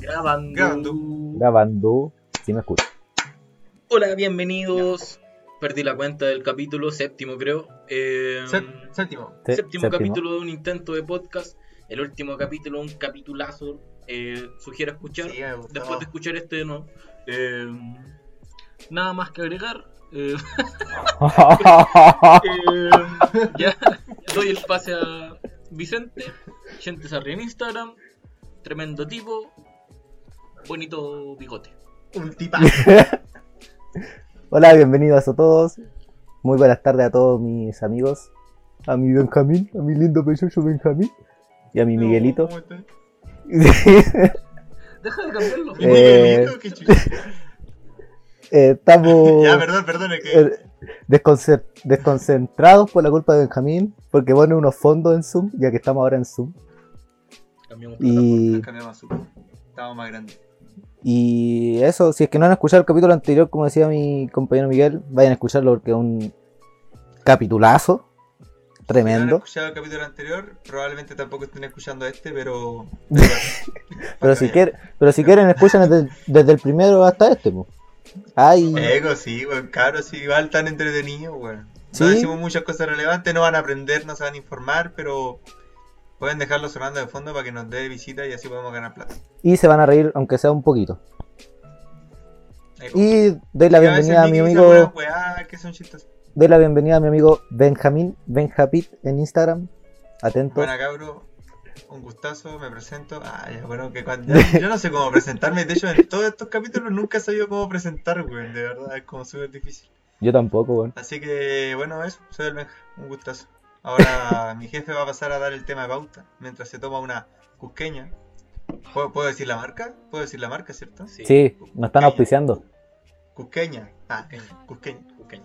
Grabando. Grabando. Grabando. Si me escucho. Hola, bienvenidos. Perdí la cuenta del capítulo, séptimo creo. Eh, Sé- Séptimo. Se- séptimo, capítulo de un intento de podcast. El último capítulo, un capitulazo. eh, sugiero escuchar. Sí, me gustó. Después de escuchar este, no. Eh, nada más que agregar. Eh, Eh, ya doy el pase a Vicente, gente Sarri en Instagram, tremendo tipo, bonito bigote. Un tipazo. Hola, bienvenidos a todos. Muy buenas tardes a todos mis amigos. A mi Benjamín, a mi lindo pechocho Benjamín. Y a mi Miguelito. ¿Cómo estás? Deja de cambiarlo. Mi Eh, Miguelito, qué chucha. Eh, estamos Ya, perdón, perdón. es que- eh, desconcer- desconcentrados por la culpa de Benjamín. Porque pone unos fondos en Zoom, ya que estamos ahora en Zoom. Cambiamos Y, Nos cambiamos súper. Estamos más grandes. y eso, si es que no han escuchado el capítulo anterior, como decía mi compañero Miguel, vayan a escucharlo porque es un capitulazo. Si no han Tremendo. escuchado el capítulo anterior, probablemente tampoco estén escuchando este, pero. Pero si, quiere- pero si quieren, escuchan desde, desde el primero hasta este. po. Ay, Ego, sí, weón, cabros, sí, igual tan entretenido, weón. Sí. No decimos muchas cosas relevantes, no van a aprender, no se van a informar, pero pueden dejarlo sonando de fondo para que nos dé visita y así podemos ganar plata. y se van a reír, aunque sea un poquito. Ego. Y doy la Y veces bienvenida a mi Miki dice amigo, algunas weas que son chistos. doy la bienvenida a mi amigo Benjamín, Benjapit en Instagram. Atento. Buena, cabro. Un gustazo, me presento. Ah, ya, bueno, que cuando- ya- yo no sé cómo presentarme. De hecho, en todos estos capítulos nunca he sabido cómo presentar, weón. De verdad, es como súper difícil. Yo tampoco, weón. Así que, bueno, eso. Soy el Benja. Un gustazo. Ahora mi jefe va a pasar a dar el tema de pauta mientras se toma una cusqueña. ¿Puedo, puedo decir la marca? ¿Puedo decir la marca, cierto? Sí, nos están auspiciando. Cusqueña. Ah, cusqueña. Pequeño.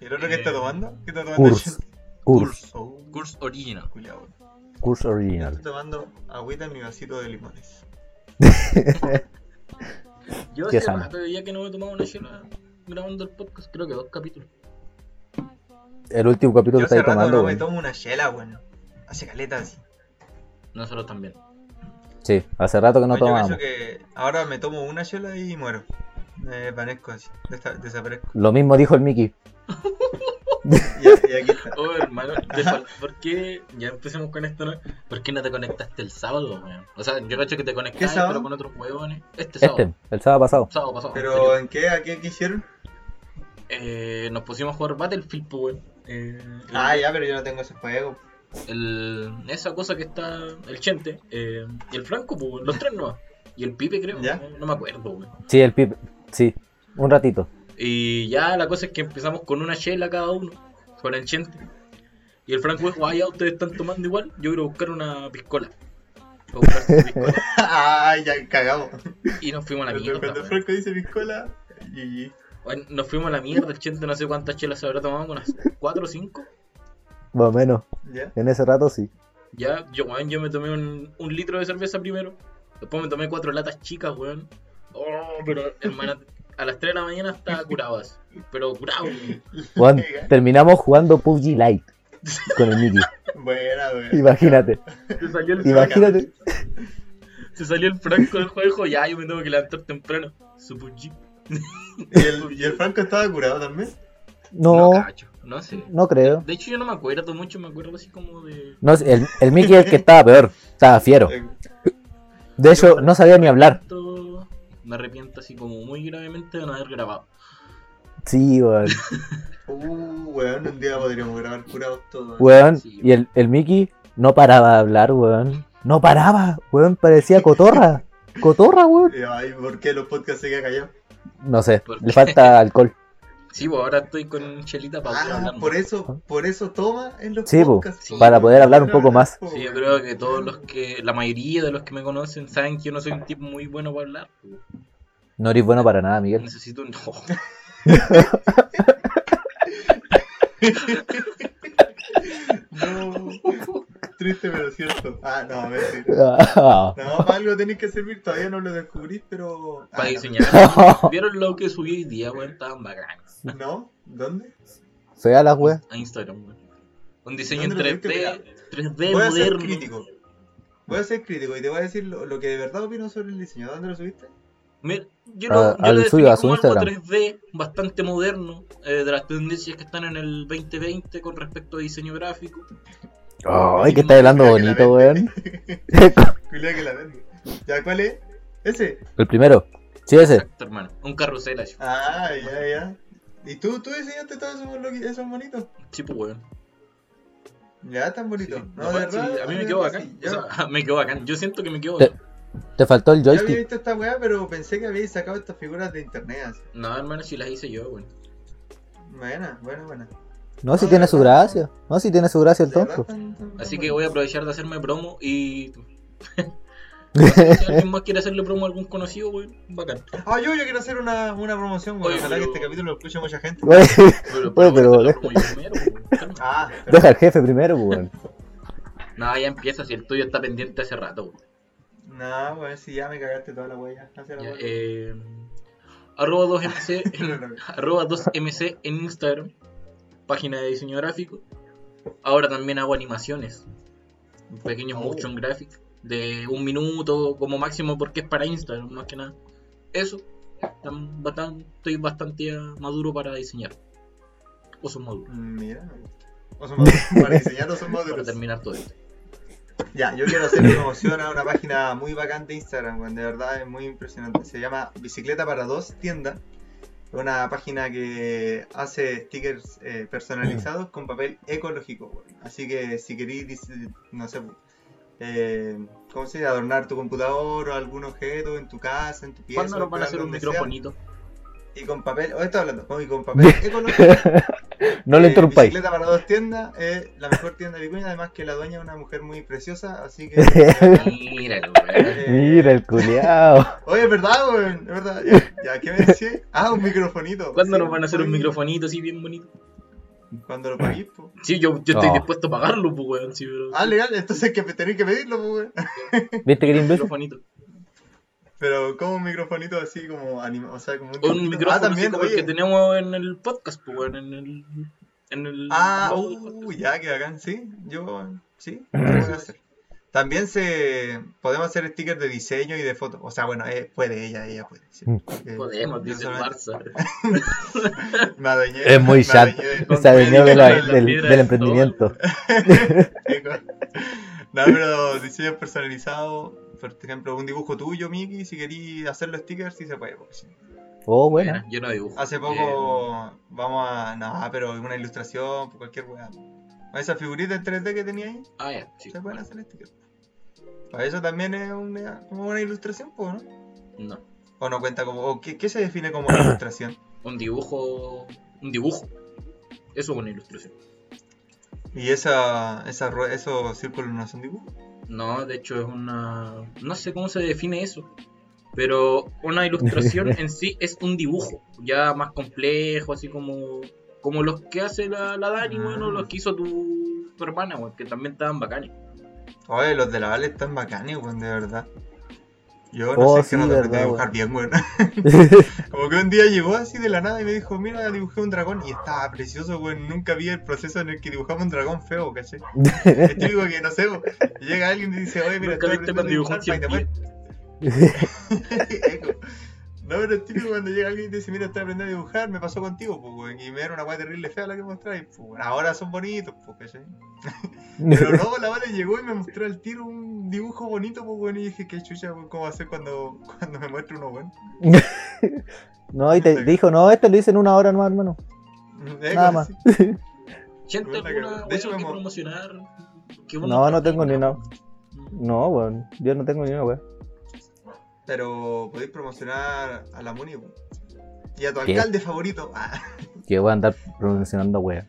¿Y el otro que está tomando? ¿Qué está tomando? Curse. Curse. Oh, Curse Original. culiao. Curse Yo original. estoy tomando agüita en mi vasito de limones. Yo Qué hace sano. rato ya que no me he tomado una chela grabando el podcast, creo que dos capítulos. El último Yo capítulo que hace estáis rato tomando, no me weón. tomo una chela, weón. Hace caleta así. Nosotros también. Sí, hace rato que no Weón, yo tomábamos. cacho que ahora me tomo una chela y muero. Me parezco así. Desta- desaparezco. Lo mismo dijo el Mickey. Y, y aquí está. Oh, hermano, te fal- ¿por qué? Ya empecemos con esto, ¿no? ¿Por qué no te conectaste el sábado, weón? O sea, yo cacho que te conectaste, sábado? pero con otros huevones. Este sábado. Este, el sábado pasado. Sábado pasado. anterior. Pero ¿en qué? ¿A qué, qué hicieron? Eh, nos pusimos a jugar Battlefield, pues, weón. Eh, Ah, ya, pero yo no tengo ese juego. el, esa cosa que está el Chente eh, y el Franco, pues, los tres no Y el Pipe, creo, ¿Ya? no, no me acuerdo, weón. Sí, el pip. Sí, un ratito. Y ya la cosa es que empezamos con una chela cada uno, con el Chente. Y el Franco dijo, ah, ya ustedes están tomando igual, yo quiero buscar una piscola. Fue a buscarse una piscola. Ay, ya cagamos. Y nos fuimos a la Cuando, mierda. cuando weón. Franco dice piscola, y Weón, Nos fuimos a la mierda, el Chente no sé cuántas chelas se habrá tomado, unas cuatro o cinco. Más o menos. ya. En ese rato sí. Ya, yo, weón, yo me tomé un, un litro de cerveza primero. Después me tomé cuatro latas chicas, weón. Oh, pero hermana, a las 3 de la mañana estaba curado así, Pero curado, weón. Weón, terminamos jugando PUBG Lite con el Mickey. Buena, weón. Imagínate, Se salió el, imagínate. se salió el franco del juego y dijo, ya, yo me tengo que levantar temprano. Su PUBG. ¿Y el, y el Franco estaba curado también. No, cacho, no sé. no creo. De hecho, yo no me acuerdo mucho, me acuerdo así como de. No, el, el Mickey es el que estaba peor, estaba fiero. Eh, De hecho, no sabía ni hablar. Esto- Me arrepiento así como muy gravemente de no haber grabado. Sí, weón. Uh, weón, un día podríamos grabar curados todos. Weón, Y el, el Mickey no paraba de hablar, weón. No paraba, weón, parecía cotorra. Cotorra, weón. Eh, Ay, ¿por qué los podcasts se quedan callados? No sé, ¿Por qué? le falta alcohol. Sí, pues ahora estoy con chelita para Ah, por eso, por eso toma en los Sí, po, podcasts. Sí. para poder hablar un poco más. Sí, yo creo que todos los que, la mayoría de los que me conocen saben que yo no soy un tipo muy bueno para hablar. No eres bueno para nada, Miguel. Necesito un... No. No, triste pero cierto. Ah, no, mentira. Ah, No, para algo tenés que servir, todavía no lo descubrís, pero... Ah, Para no. diseñar. ¿Vieron lo que subí hoy día, weón? Estaban bacanas. ¿No? ¿Dónde? Fea la weón. A Instagram, weón. Un diseño en ¿Dónde lo subiste? 3D, 3D Voy a ser moderno. crítico. Voy a ser crítico y te voy a decir lo, lo que de verdad opino sobre el diseño. ¿A dónde lo subiste? Me- yo A- lo, yo Ah, al lo suyo, definí a su como algo Instagram. 3D bastante moderno, eh, de las tendencias que están en el 2020 con respecto a diseño gráfico. Ay, que estás hablando bonito, weón. Cuidado que la vende. ¿Ya cuál es? ¿Ese? El primero. Sí, ese. Exacto, hermano. Un carrusel así. Ah, ya, ya. ¿Y tú, tú diseñaste todos esos lo- esos bonitos? Sí, pues, weón. Ya, tan bonito. Sí, No, de capaz, sí, verdad. a mí me de quedó verdad, bacán. sí. Yo, O sea, me quedó bacán. Yo siento que me quedó Te- bacán. Te faltó el yo había joystick. visto esta weá, pero pensé que habíais sacado estas figuras de internet. Así. No, hermano, si las hice yo, weón. Buena, buena, buena. No, si tiene su gracia. No, si tiene su gracia el De verdad, tonto. tan- tan- tan Así que voy a bonitos. aprovechar de hacerme promo y. No sé si alguien más quiere hacerle promo a algún conocido, weón, bacán. Ah, yo, yo quiero hacer una, una promoción, weón. Oye, Ojalá pero- que este capítulo lo escuche mucha gente. Güey, Pero, Bueno, pero voy a deja- hacer la promo yo primero, weón, calma. Ah, pero- Deja al jefe primero, weón. No, ya empieza si el tuyo está pendiente hace rato, weón. No, weón, si ya me cagaste toda la weá. ya. Hace la Ya, weá. eh, arroba 2MC en, No, no, no. arroba 2MC en Instagram, página de diseño gráfico. Ahora también hago animaciones, pequeños Oh. motion graphic de un minuto como máximo porque es para Instagram más que nada. Eso, tan- bastante- estoy bastante maduro para diseñar. O son maduros Mira, me gusta. O son maduros. Para diseñar o son para maduros. terminar todo esto. Ya, yo quiero hacer promoción a una página muy bacán de Instagram, weón, de verdad es muy impresionante. Se llama Bicicleta para Dos Tienda. Es una página que hace stickers eh, personalizados con papel ecológico. weón. Así que si queréis, dis- no sé, eh, ¿cómo se dice? Adornar tu computador o algún objeto en tu casa, en tu pieza. ¿Cuándo nos van a hacer un donde sea, microfonito? Y con papel, o estoy hablando, ¿no? y con papel ecológico. No le Eh, interrumpáis. Bicicleta para dos tiendas, es la mejor tienda de Vicuña, además que la dueña es una mujer muy preciosa, así que... eh, Mira, weón. Mira el culiao. Oye, es verdad, weón, es verdad. Ya, ya, ¿qué me decís? Ah, un microfonito. ¿Cuándo Sí, nos van a hacer un muy- microfonito así bien bonito? Cuando lo paguís, po. Sí, yo, yo estoy No. dispuesto a pagarlo, pues, weón. Sí, pero. Ah, legal, entonces que tenéis que pedirlo, po, weón. ¿Viste que era imbécil? microfonito. Pero como un microfonito así como anima, o sea, como un, O un dibujito. micrófono Ah, también, así como el oye. que tenemos en el podcast, pues, weón, en el. En el Ah, logo del podcast. uh, ya, que bacán, sí. Yo, sí, Ah. lo voy a hacer. También se podemos hacer stickers de diseño y de fotos. O sea, bueno, eh, puede ella, ella puede. sí. Mm. Eh, Podemos, dice el personalmente- Barça. Me adueñé. Es muy me sad. adueñé. Se adueñó de la- del, piedra del del emprendimiento. No, pero diseño personalizado. Por ejemplo, un dibujo tuyo, Miki, si querís hacerlo stickers, sí se puede. porque sí. Oh, bueno. Mira, Yo no dibujo. Eh, Hace poco vamos a. No, pero una ilustración, cualquier weá. Esa figurita en 3D que tenía ahí, Eh, ah, ya, sí. se pueden hacer stickers. Para eso también es una, como una ilustración, pues, ¿no? No. O no cuenta como. O ¿qué, qué se define como ilustración? Un dibujo. Un dibujo. Eso es una ilustración. Y esa, esa, rue- esos círculos no son dibujos. No, de hecho es una. No sé cómo se define eso. Pero una ilustración en sí es un dibujo. Ya más complejo, así como. Como los que hace la, la Dani, Ah. weón, o los que hizo tu, tu hermana, weón, que también estaban bacanes. Oye, los de la Vale están bacanes, weón, de verdad. Yo no Oh, sé sí, que no te verdad, a dibujar bien, weón. Como que un día llegó así de la nada y me dijo, mira, dibujé un dragón y estaba precioso, weón. Nunca vi el proceso en el que dibujamos un dragón feo, caché. Es típico que, no sé, weón, llega alguien y dice, oye, mira, Nunca viste cuando dibujó un cien dibujar, pa' que te mueras". No, pero es típico cuando llega alguien y te dice, mira, estoy aprendiendo a dibujar, me pasó contigo, pues, weón. Y me era una weá terrible fea la que mostráis, pues, weón. Ahora son bonitos, pues, caché. Pero no, la vale llegó y me mostró al tiro un dibujo bonito, pues, weón. Y dije, qué chucha, weón, cómo va a ser cuando, cuando me muestre uno, weón. No, y te dijo, no, este lo hice en una hora nomás, hermano. Eh, Nada weón, más. sí. Gente, Verdad que- alguna de hecho, weá que como- promocionar. que uno No, no tengo ni practica? una. No, weón. Yo no tengo ni una, weón. Pero podéis promocionar a la Muni po. y a tu ¿Qué? alcalde favorito. Ah. Que voy a andar pronunciando, weón.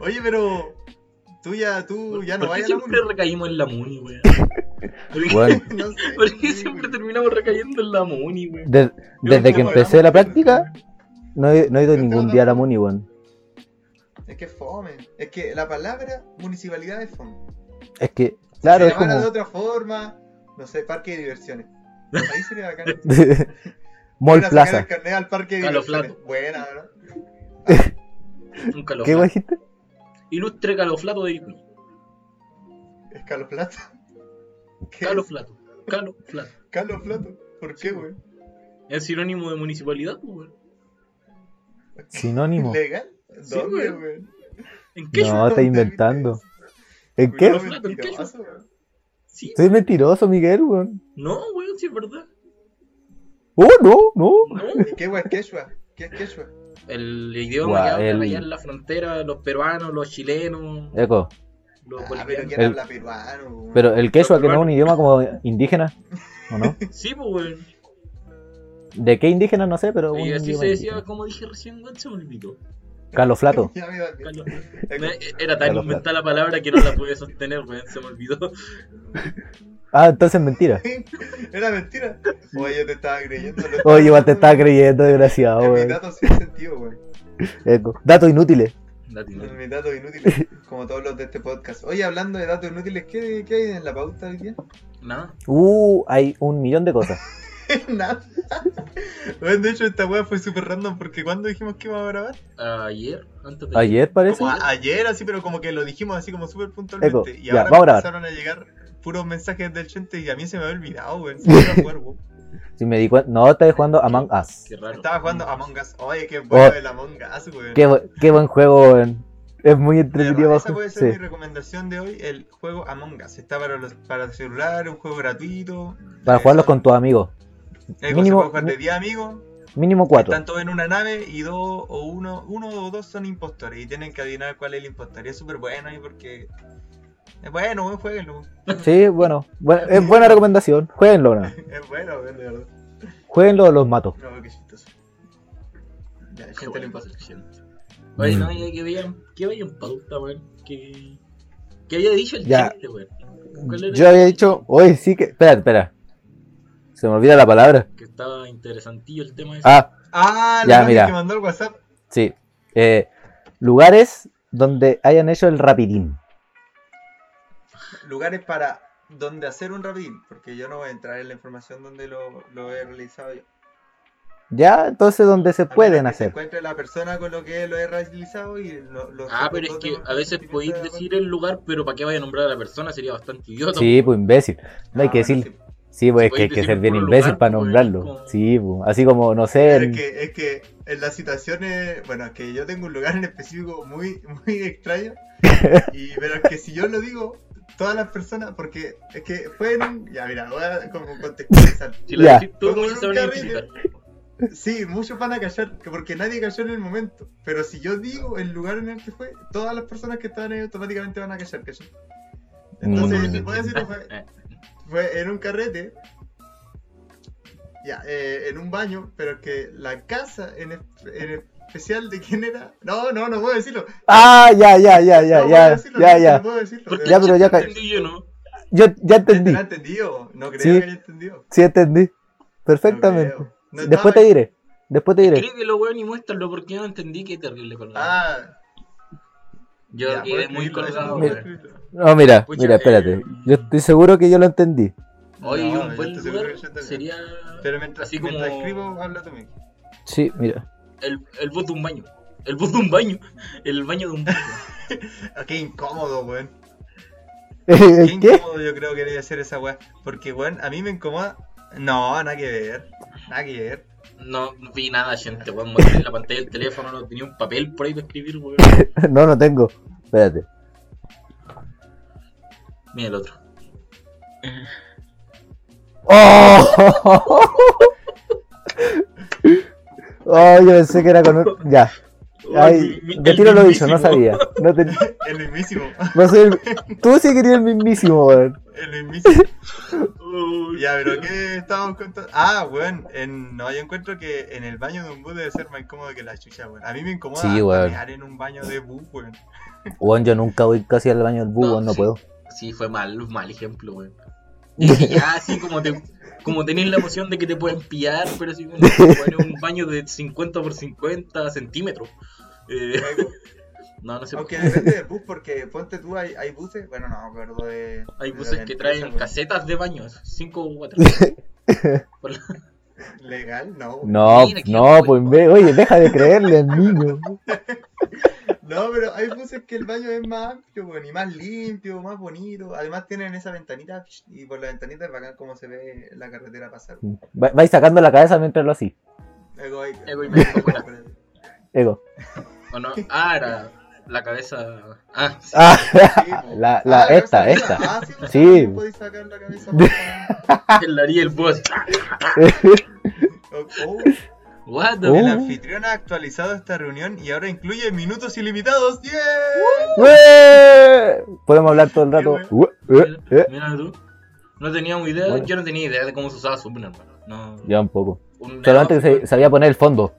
Oye, pero tú ya, tú ya no ¿Por qué vayas a la siempre Muni. recaímos en la Muni, weón? ¿Por qué- Weón. No sé. ¿Por qué siempre terminamos recayendo en la Muni, weón? de- desde que Yo no empecé la hablamos, práctica, no he, no he ido ningún día a la Muni, weón. Es que es fome. Es que la palabra municipalidad es fome. Es que, claro, se es llamara como. de otra forma, no sé, parque de diversiones. Ahí sería bacán. Mall Ir a sacar Plaza. el carnet al parque de A lo diversiones. flaco. Buena, ¿no? Un caloflato. ¿Qué weón dijiste? Ilustre caloflato de Vicuña. ¿Es Calo Plato? ¿Qué Calo es? Flato. Calo Flato. Calo Plato. ¿Por qué, güey? Es sinónimo de municipalidad, pues, weón. Sinónimo. ¿Legal? Sí, ¿Dónde, güey. güey? ¿En qué No, yo? está inventando. ¿En Culiao qué? Cuidado. Plato, ¿en qué? mentiroso, güey. Sí. Soy mentiroso, Miguel, weón. No, weón, sí es verdad. Oh, no, no. No. ¿Y qué, güey? es Quechua? ¿Qué es Quechua? El idioma Guau, que hablan el- Eh, allá en la frontera, los peruanos, los chilenos, Eco, los Ah, pero bolivianos. ¿quién El- habla peruano, güey? pero el quechua que no es un peruanos. idioma como indígena, ¿o no? Sí, pues, weón. ¿De qué indígena? No sé, pero un Y así idioma se decía, indígena. como dije recién, weón, se me olvidó. Caloflato. Ya me iba a olvidar. Calo- Es Me- como- Era tan Calo inventada la palabra que no la pude sostener, weón, se me olvidó. Ah, entonces mentira. Era mentira. Oye, yo te estaba creyendo. lo Oye, igual te estaba güey. creyendo, desgraciado, En mis weón. datos sin sentido, güey. Eco. Datos inútiles. Latino. En mis datos inútiles, como todos los de este podcast. Oye, hablando de datos inútiles, ¿qué, qué hay en la pauta hoy día? Nada. Uh, hay un millón de cosas. Nada. Bueno, de hecho, esta weá fue súper random porque cuando dijimos que íbamos a grabar? Ayer, antes de Ayer parece. Como a- ayer, así, pero como que lo dijimos así como súper Eco, puntualmente. Y ahora ya, vamos a grabar. empezaron a llegar puros mensajes del chente y a mí se me había olvidado, güey. Se me iba a jugar, güey. Si me di cuenta. No, estaba jugando Among Us. Qué raro. Estaba jugando Among Us. Oye, qué bueno Oh. el Among Us, güey. Qué, bu- qué buen juego, weón. Es muy De verdad, entretenido. esa puede ser mi Sí, recomendación de hoy, el juego Among Us. Está para los para celular, un juego gratuito. para jugarlos con tus amigos. Eh, mínimo- se puede jugar de 10 amigos. Mínimo cuatro. Están todos en una nave y dos o uno, uno o dos son impostores y tienen que adivinar cuál es el impostor. Y es súper bueno ahí porque es bueno, buen jueguenlo. Sí, bueno. Bueno, es buena recomendación. Jueguenlo, ¿no? Es bueno, weón, de verdad. Jueguenlo los mato. No, qué chistoso. Ya, Qué gente bueno, lo impostor. gente. Mm. Oye, no, ya que vean, que vayan pauta, weón. Que, que haya dicho el Ya. chiste, weón. ¿Cuál era Yo había dicho, hoy sí que. Espera, espera. Se me olvida la palabra. Que estaba interesantillo el tema ese. Ah, Ah, Ya, la mira. mira. que mandó el WhatsApp. sí. Eh, lugares donde hayan hecho el rapidín. Lugares para donde hacer un rapidín, porque yo no voy a entrar en la información donde lo, lo he realizado yo. Ya, entonces donde se A pueden menos que se hacer. encuentre la persona con lo que lo he realizado y lo, lo- Ah, pero es todo que lo- a veces lo- podéis decir el lugar, pero para qué vaya a nombrar a la persona sería bastante idiota. Sí, pues imbécil. No hay Ah, que bueno, decir. sí. Sí, pues Podéis es que hay que decir ser un bien puro imbécil lugar, para pues, nombrarlo. como- Sí, pues. Así como, no sé. Es el- que, es que en las situaciones, bueno, es que yo tengo un lugar en específico muy, muy extraño, y, pero es que si yo lo digo, todas las personas, porque es que fue en un, ya mira, voy a como contextualizar. Si la Ya. decís tú, Como en muchos se un van a carrete. identificar. Sí, muchos van a callar, que porque nadie cayó en el momento, pero si yo digo el lugar en el que fue, todas las personas que estaban ahí automáticamente van a callar, ¿cachai? Entonces, Mm. se puede decir, fue, Eh, fue en un carrete, ya, eh, en un baño, pero que la casa en, es- en especial de quién era. No, no, no puedo decirlo. Ah, ya, ya, ya, ya, No puedo ya, decirlo, ya, no, ya. No puedo decirlo. porque de Ya, el verdad. pero chiste ca- entendí yo, ¿no? Yo ya entendí. ¿No ha entendido? No creo Sí. que haya entendido. No Sí, entendí. Perfectamente. creo. No Después te estaba- diré. Después te diré. Escríbelo, weón, y muéstralo porque yo no entendí qué terrible colgado. Ah, yo ya, pues, quedé puedo muy escribirlo, colgado, puedo weón. escribirlo. No, mira, Pucha, mira, espérate. eh, Yo estoy seguro que yo lo entendí. Oye, No, un yo buen estoy seguro lugar que yo también. sería Pero mientras, Así como- mientras escribo, habla tú, Miki. Sí, mira. el, el bus de un baño. El bus de un baño. El baño de un bus. weón. Ah, Qué incómodo, weón. Qué ¿Qué? incómodo yo creo que debe ser esa weá. Porque, weón, a mí me incomoda. No, nada que ver. Nada que ver. No vi nada, gente, weón. Mostré en la pantalla del teléfono, no tenía un papel por ahí para escribir, weón. No, no tengo. Espérate. Mira el otro. ¡Oh! Oh, yo pensé que era con un... Ya. Ay, mi- de el tiro lo hizo, no mismísimo. sabía. No, ten- El mismísimo. no soy el- Tú sí querías el mismísimo, weón. El mismísimo. Uy, Ya, pero ¿qué estábamos contando? Ah, weón, en- no, yo encuentro que en el baño de un bus debe ser más incómodo que la chucha, weón. A mí me incomoda Sí, hasta weón. mear en un baño de bus, weón. Weón, yo nunca voy casi al baño del No, búho, no sí. puedo. Sí, fue mal, mal ejemplo, weón. Es que ya, así como te. Como tenés la emoción de que te pueden pillar, pero así como weón, es un baño de 50 por 50 centímetros. Eh, no, no sé. Aunque depende del bus, porque ponte tú, hay, hay buses, bueno, no, me acuerdo de... Hay de buses la que empresa, traen weón. casetas de baños, 5 u 4. ¿Legal? No, weón. No, Mira, qué no, buen pues ve, oye, deja de creerle al niño. No, pero hay buses que el baño es más amplio, weón, y más limpio, más bonito. Además tienen esa ventanita psh, y por la ventanita es bacán cómo se ve la carretera pasar. Va- vais sacando la cabeza mientras lo así. Egoico. Ego y medio, buena. Ego. ¿O no? Ah, era la cabeza. Ah, sí. Ah, Sí, po. Ah, La- la- pero esta, esa- esta. Ah, sí, pues, Sí. también podéis sacar la cabeza. para- Ah. el Ariel Boss. Oh, oh, What the Oh. El anfitrión ha actualizado esta reunión y ahora incluye minutos ilimitados. ¡Yeah! ¡Ué! Podemos hablar todo el rato. Ué, ué, ué. Mira, mira tú. No teníamos idea, Eh, Bueno. yo no tenía idea de cómo se usaba Subner, hermano. No. Ya un poco. un- Solamente que se- sabía poner el fondo.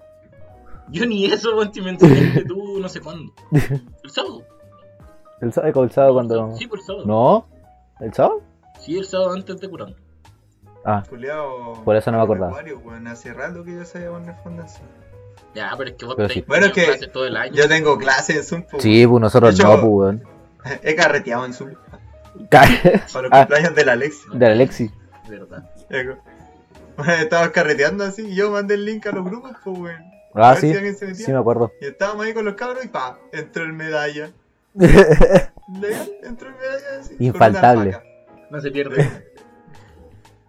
Yo ni eso, weón, te me enseñaste tú no sé cuándo. El sábado. El sábado, el sábado cuando. Sí, por el sábado. ¿No? ¿El sábado? Sí, el sábado antes de curando. Ah, Culeado. Por eso no me acordaba. Acuario, weón, hace rato que yo sabía poner fondo así. Ya, pero es que vos Pero te sí. Bueno, es que clases todo el año. Yo tengo clases en Zoom. po, sí, pues nosotros De hecho- no, pues, weón. weón. He carreteado en Zoom Ca- para los Ah. cumpleaños de la Alexia. Del Alexis. ¿Verdad? Ego. Bueno, Estabas carreteando así y yo mandé el link a los grupos, pues, weón. A Ah, ver si sí. alguien se metía. Sí, me acuerdo. Y estábamos ahí con los cabros y pa, entró el medalla. Legal, entró el medalla así. con una Infaltable. faca. No se pierde.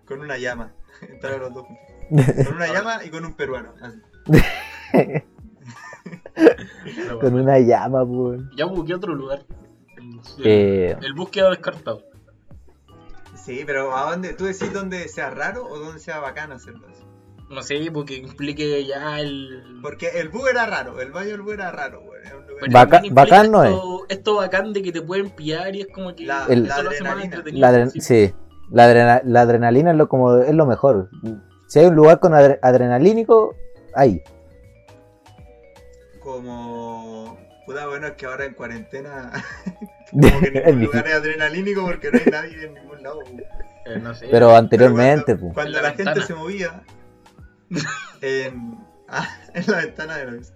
Con una llama. Entraron los dos. Con una llama y con un peruano. así. Pero Con bueno. una llama, pues. weón. Ya busqué otro lugar. Sí. Eh, El bus queda descartado. Sí, pero ¿a dónde? ¿Tú decís dónde sea raro o dónde sea bacano hacerlo así? No sé, porque implique ya el. Porque el bu era raro, el baño del bu era raro, güey. era un lugar- Pero Baca- también implica bacán no esto, Esto bacán de que te pueden pillar y es como que. La- eso la lo hace más adrenalina. entretenido, la adre- sí. sí. La, adrena- la adrenalina es lo, como, es lo mejor. Si hay un lugar con adre- adrenalínico, ahí. Como. Puta, bueno, es que ahora en cuarentena. como que Es ningún lugar es adrenalínico porque no hay nadie en ningún lado. güey. Eh, no sé. Pero anteriormente, Pero pues. cuando, cuando En la, la gente ventana. se movía. En. ah, en la ventana de los.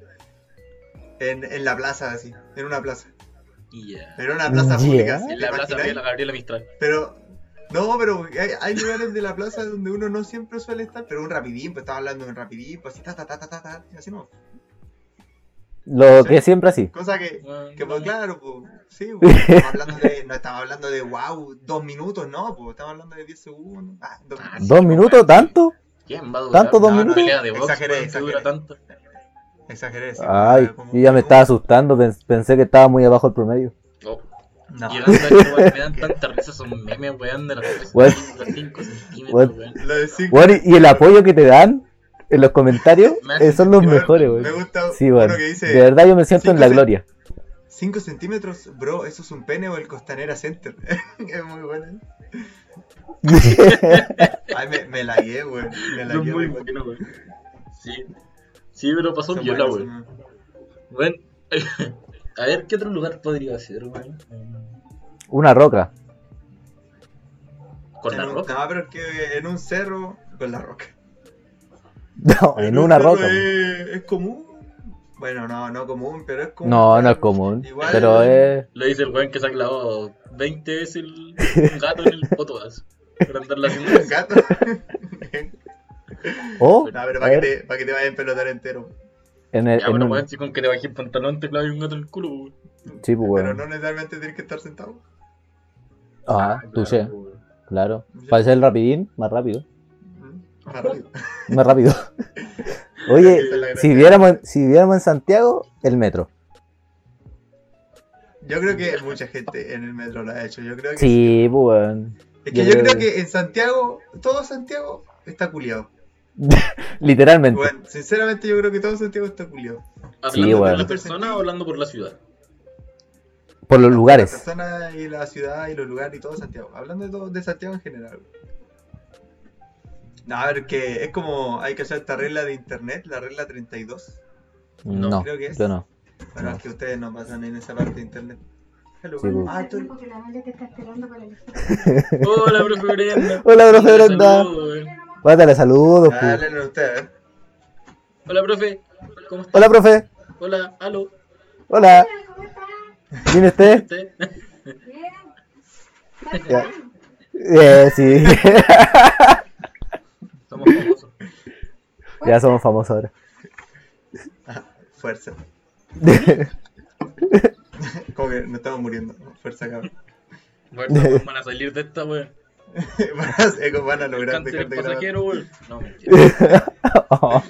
En, en la plaza, así. En una plaza. Y ya. Pero era una plaza Yeah. pública, así, En ¿te la plaza imagináis? de la Gabriela Mistral. Pero, no, pero hay, hay lugares de la plaza donde uno no siempre suele estar, pero un rapidín, pues estaba hablando de un rapidín, pues así, ta, ta, ta, ta, ta, ta, y así no. Lo que siempre así. Cosa que, Bueno, que pues no. claro, pues, sí, pues, estamos hablando de, no estamos hablando de, wow, dos minutos, no, pues, estamos hablando de diez segundos, ah, dos Ah, minutos. ¿Dos minutos? ¿Tanto? ¿Quién va a durar? ¿Tanto dos una minutos? pelea de box, Exageré, weón, que dura exageré. tanto. Exageré, sí, Ay, como yo ya un me minuto. estaba asustando. pens- Pensé que estaba muy abajo el promedio. Oh, No. Llegando a esto, weón, me dan tanta risa esos memes, weón, de las What? 5 What? centímetros, weón. Lo de cinco Weón, y y el apoyo que te dan en los comentarios Me eh, son los Weón, mejores, Me weón. gusta Sí, uno weón. que dice De verdad yo me siento en la cinco cent- gloria. 5 centímetros, bro, eso es un pene o el Costanera Center. es muy bueno. Ay, me, me la guié, güey. Me la Es guié. muy güey. bueno, weón. Sí. Sí, pero pasó Son viola, buenos, weón. ¿no? Bueno, a ver, ¿qué otro lugar podría ser, weón? Una roca. Con En la un- roca. No, pero es que en un cerro, con la roca. No, en una cerro roca. weón. Es, es común. Bueno, no, no común, pero es común. No, no es común. Igual- Pero es. Lo dice el weón que se ha clavado 20 veces el un gato en el poto, weón. Para andar la haciendo Un eso. gato. no, pero O. oh, a para que, ver, te, para que te vayas a pelotar entero. En el. Ya, en pero un- weón, si con que te bajé el pantalón te clavé un gato en el culo, weón. pues. Sí, pues, Pero weón. no necesariamente tienes que estar sentado. Ah, tú sé, claro, weón. claro. Para ser el rapidín, más rápido. Mm, más rápido. Más rápido. Oye, Esa es la si gracia. viéramos, en- si viéramos en Santiago, el metro. Yo creo que mucha gente en el metro lo ha hecho. Yo creo que Sí, pues, weón. Es que yo, creo que en Santiago, todo Santiago está culiado. Literalmente. Bueno, sinceramente yo creo que todo Santiago está culiado. ¿Hablando Sí, por weón. la persona o hablando por la ciudad? Por los Las lugares. personas y la ciudad y los lugares y todo Santiago. Hablando de, todo, de Santiago en general. No, a ver, que es como hay que hacer esta regla de internet, la regla 32. No, No, creo que es. yo no. Bueno, No. es que ustedes no pasan en esa parte de internet. Hello. Sí, bu. ah, tú- Porque la Amalia te está esperando para el Hola, profe Brenda. Hola, profe Mándale Brenda. saludos, weón. Guárdale saludos, Ah, pues. háblenle ustedes. Hola, profe. ¿Cómo estás? Hola, profe. Hola, aló. Hola. ¿Cómo estás? ¿Viene usted? ¿Usted? Bien. Ya. ¿Estás bien? Eh, sí. Somos famosos. ya somos famosos ahora. Fuerza. estamos muriendo. Fuerza cabrón. Bueno, weón, van a salir de esta, weón. Van a- eh, van a lograr Cáncer dejar el de grabar. pasajero, weón. No, mentira. Oh,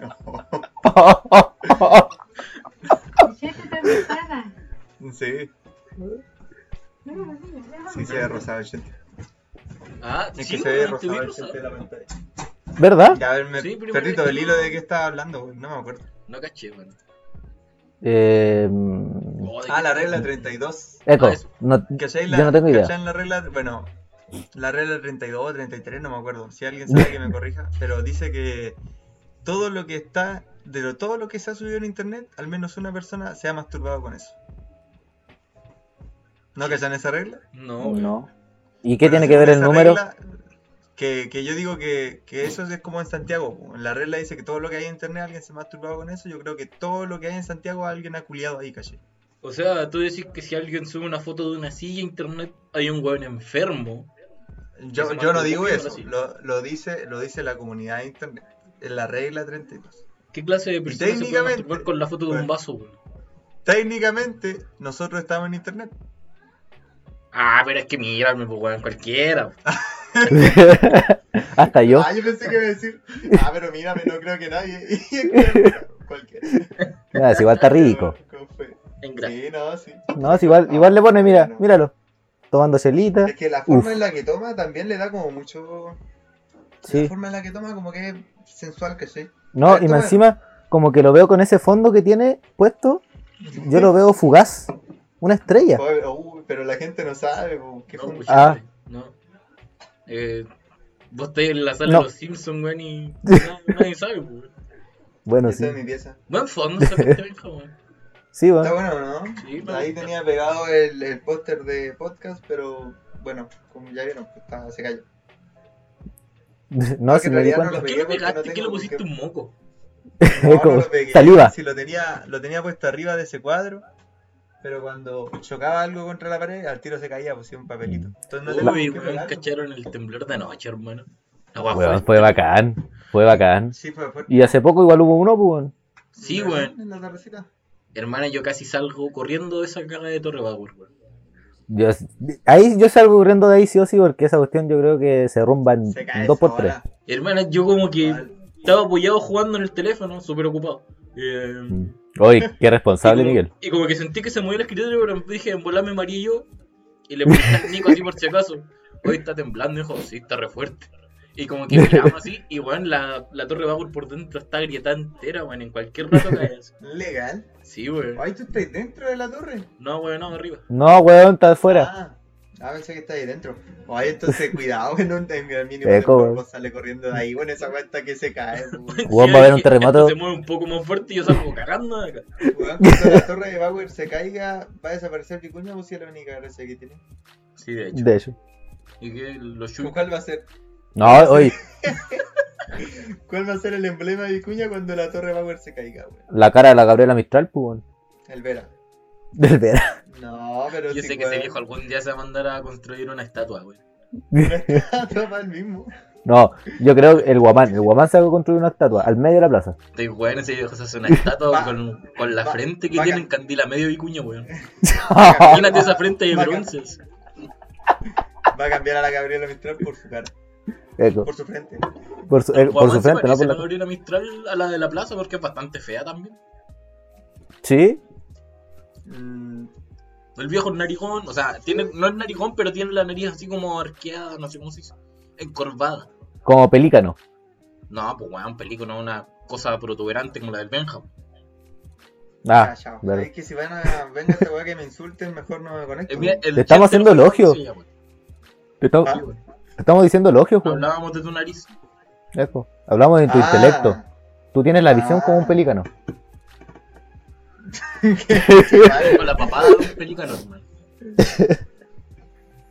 No. oh, oh, oh. Fíjate tan pesada. Sí, No me lo digas, ya vamos. sí se ve rosado, gente. Ah, Es sí, que se ve weón, te vi rosado, rosado. gente, la pantalla. ¿Verdad? Ya, a ver, me Sí, pero perdí igual todo es el que hilo no- de qué estaba hablando, güey, no me acuerdo. No caché, weón. Eh, mm, Oh, de Ah, que- la regla 32. Eco, Ah, eso. no, ¿Cacháis la, yo no tengo idea. cachan la regla? Bueno, la regla 32 o 33, no me acuerdo. Si alguien sabe que me corrija, pero dice que todo lo que está, de lo- todo lo que se ha subido en internet, al menos una persona se ha masturbado con eso. ¿No cachan esa regla? No, weón. No. ¿Y qué Bueno, tiene que según ver el esa número? regla, que, que yo digo que, que eso es como en Santiago. po. La regla dice que todo lo que hay en internet alguien se ha masturbado con eso. Yo creo que todo lo que hay en Santiago alguien ha culiado ahí, caché. O sea, tú decís que si alguien sube una foto de una silla a internet, hay un weón enfermo. Yo, se yo no masturbó, digo yo no eso, sí. lo, lo dice, lo dice la comunidad de internet. En la regla 32. ¿Qué clase de persona se puede técnicamente- masturbar con la foto de un Bueno. vaso, weón? Técnicamente, nosotros estamos en internet. Ah, pero es que mírame, pues, weón, cualquiera. Hasta yo. Ah, yo pensé que iba a decir, ah, pero mírame, no creo que nadie. Y es que- Cualquiera. Ah, si igual está rico. ¿Cómo fue? En gra- Sí, no, sí. No, si igual, igual le pone, mira, míralo. Tomando celita. Es que la forma en la que toma también le da como mucho. La Sí. forma en la que toma como que es sensual, que sí. No, y más encima, como que lo veo con ese fondo que tiene puesto, yo lo veo fugaz. Una estrella. Joder, uy, pero la gente no sabe po, qué No, fue. pues, Ah. gente, no. Eh, vos estás en la sala No. de los Simpsons, weón, y na- nadie sabe, pues, weón. Bueno, Esa sí. es mi pieza. Buen fondo esa cuestión, hijo, weón. Sí, Está bueno. bueno, ¿no? Sí, me Ahí gusta. tenía pegado el, el póster de podcast, pero bueno, como ya vieron, pues, está- se cayó. No, si me di cuenta. ¿Por qué Pegué lo porque no pegaste? ¿Qué tengo le con pusiste qué- un moco? No, no Como lo pegué. saliva. Sí, lo tenía, lo tenía puesto arriba de ese cuadro, pero cuando chocaba algo contra la pared, al tiro se caía, pusía un papelito. Entonces no tengo Uy, con qué weón, pegarlo. cacharon el temblor de anoche, hermano. La weá Weón, fue- este. fue bacán. Fue bacán. Sí, fue fuerte. Y hace poco igual hubo uno, pues, weón. Sí, ¿Verdad? weón. En la tardecita. Hermana, yo casi salgo corriendo de esa cara de Torre Bauer, weón. Yo, ahí yo salgo corriendo de ahí sí o sí, porque esa cuestión yo creo que se rumba en Se cae. Mm, dos por sola. tres. Hermana, yo como que Vale. estaba apoyado jugando en el teléfono, súper ocupado. Eh, Mm. Oye, qué responsable, y como- Miguel. Y como que sentí que se movió el escritorio, pero dije, en volar me mareé yo. Y le pregunté al Nico así por si acaso. Hoy está temblando, hijo, sí, está re fuerte. Y como que miramos así, y weón, la, la torre Bauer por dentro está agrietada entera, weón, en cualquier rato cae así. Legal. Sí, weón. Ay, tú estás dentro de la torre. No, weón, no, arriba. No, weón, está afuera. Ah, ah, pensé que está ahí dentro. Oye, entonces cuidado que no el mínimo Eco, temblor weón. no sale corriendo de ahí. Bueno, esa cuenta que se cae. pues, Weón, va a haber un Esto terremoto. Se mueve un poco más fuerte y yo salgo cagando de acá. Weón, cuando la torre de Bauer se caiga, va a desaparecer Vicuña o si es la única gracia que tiene. Sí, de hecho. De hecho. Y que los ¿Con yuyos. ¿Cuál va a ser? No, oye, ¿Cuál va a ser el emblema de Vicuña cuando la torre de Bauer se caiga, weón? la cara de la Gabriela Mistral, pues, weón. El Vera. Del verano. No, pero Yo sí, sé que ese weón. viejo algún día se va a mandar a construir una estatua, weón. Toma el mismo. No, yo creo que el guamán. El guamán se va a construir una estatua al medio de la plaza. Estoy weón, ese viejo se hace una estatua Va- con, con la va- frente que va- tiene en candila medio vicuña, weón. Va a Imagínate esa cambiar- frente de va a ca- bronce. Va a cambiar a la Gabriela Mistral por su cara, Eco, por su frente. Eh, Por su, eh, por su Guamán se frente, no parece por a la. la Gabriela Mistral a la de la plaza porque es bastante fea también. Sí, Mm, El viejo es narigón, o sea, tiene, no es narigón, pero tiene la nariz así como arqueada, no sé cómo se dice, encorvada. como pelícano. No, pues weón, película, una cosa protuberante como la del Benja. Ah, Cachao. claro. Es que si van a venga esta weá que me insulten, mejor no me conecto. Eh, mira, el Te estamos Chester haciendo fue- elogio. Sí, ya, weón. te estamos, Ah, Sí, weón. te estamos diciendo elogios, weón. Hablábamos de tu nariz. Eco, Hablamos de tu Ah, intelecto. Tú tienes la visión como un Ah. pelícano. Con la papada de los pelícanos, weón.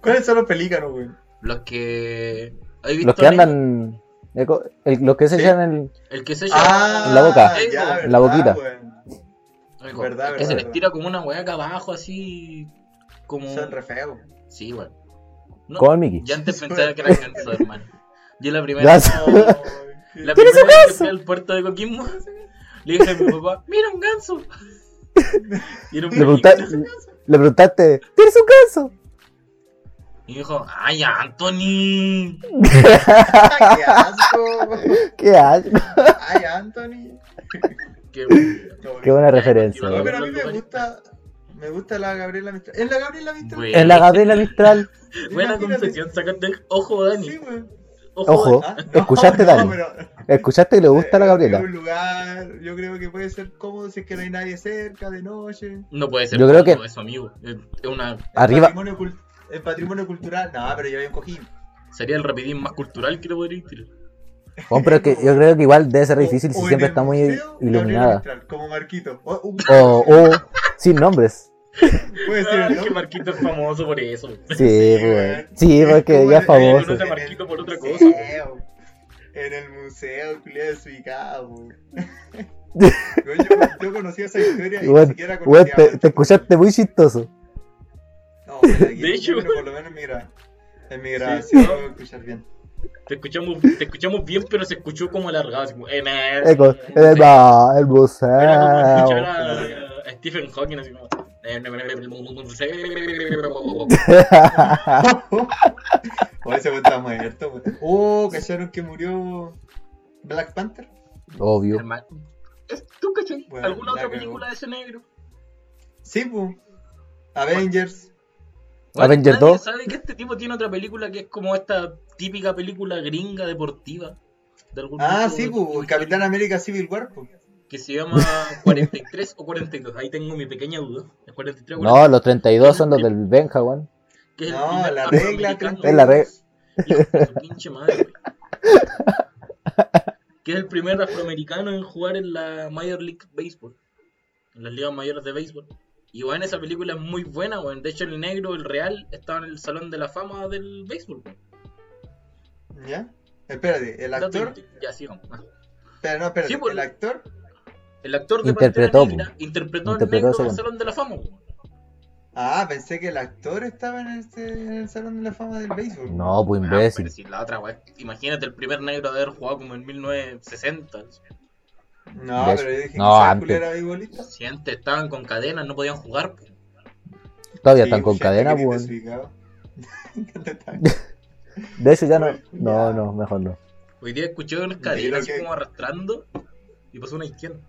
¿Cuáles son los pelícanos, güey? Los que. ¿Has visto Los que el- andan. ¿eh? eco, el- los que se Sí. echan el. El que se echa. pues, Ah, En la boca. ya, En la boquita. güey. el verdad, que se verdad, les tira como una weá acá abajo, así. Como. Son re feos. Sí, weón. No, Como el Mickey. Ya antes pensaba que era canso, hermano. Yo la primera, Ya sé. la Ay, qué- primera vez que fui al puerto de Coquimbo, le dije a mi papá, mira un ganso. Y era un Le pregunta- pelícano. Le preguntaste, ¿tienes un ganso? Y dijo, ay, Anthony. ¡Ay, qué asco! ¿Qué haces? ¡Ay, Anthony! Qué, Qué buena referencia, No, pero a mí me gusta. Me gusta la Gabriela Mistral. ¿Es la Gabriela Mistral? Bueno. Es la Gabriela Mistral. Buena Imagínate. confesión, sacate. Ojo, Dani. Sí, weón. Ojo. Ojo, Ah, no, escuchaste, no, Dani. pero- Escuchaste que le gusta la Es Eh, un Gabriela. lugar, yo creo que puede ser cómodo si es que no hay nadie cerca, de noche. No puede ser. Yo creo amigo, que- Es su amigo. Es es una. Arriba, Patrimonio cul- el patrimonio cultural. No, pero yo había un cojín. Sería el rapidín más cultural que le podría tirar. Bueno, pero es que yo creo que igual debe ser O- difícil si o en siempre el está muy museo, Gabriela iluminada. Mistral, como Marquito. O, un- O, o sin nombres. puede ser, Ah, ¿no? que Marquito es famoso por eso. Sí, weón. pues. Sí, porque como ya el- es famoso. el- Marquito por otra cosa. museo. En el museo, culiado desubicado. weón. Weón, yo, yo conocía esa historia y Weón, ni siquiera Güey, conocía. te, te escuchaste muy chistoso. No, pero aquí- De hecho, pero por lo menos mira, en mi grabación no. lo voy a escuchar bien. Te escuchamos, te escuchamos bien, pero se escuchó como alargado. Así como, eh, nah, Es como, eh, eh, ah, no, Era el como escuchar museo. a, a Stephen Hawking así como. eh, O ese güey está muerto, güey. Oh, cacharon que murió Black Panther. Obvio. Hermano, ¿es- ¿Tú cachai? Bueno, ¿Alguna la otra cagó. película de ese negro? Sí, pues. Avengers. Avenger nadie 2. sabe que este tipo tiene otra película que es como esta típica película gringa deportiva? De algún Ah, tipo sí, de- pues. Capitán América Civil War, pues. Que se llama 43 o 42. Ahí tengo mi pequeña duda. ¿Es 43 o 42? No, los 32 son los del Benja, weón. que es el No, primer la regla afroamericano. 32. Es la regla. Hijo de su pinche madre, güey. Que es el primer afroamericano en jugar en la Major League Baseball. En las ligas mayores de béisbol. Y bueno, esa película es muy buena, weón. De hecho, el negro, el real, estaba en el Salón de la Fama del béisbol. weón. ¿Ya? Espérate, el actor. Dato- Ya, sigamos. Ah. Pero no, espérate, Sí, pues. el actor. El actor de Interpretó, Pantera Negra interpretó, al Interpretó negro ese en el weón. Salón de la Fama. weón. Ah, pensé que el actor estaba en, este, en el Salón de la Fama del Béisbol. No, pues Ah, pero imbécil. si la otra, weón. Imagínate el primer negro de haber jugado como en 1960. No, Béisbol. pero yo dije No, que ese antes. culo era beisbolista. Si antes estaban con cadenas, no podían jugar. po. Todavía Sí, están con gente cadena, pues. que tiene weón. desubicado. Te están- De hecho, ya no. No, no, mejor no. Hoy día escuché unas Mira cadenas así que- como arrastrando y pasó una izquierda.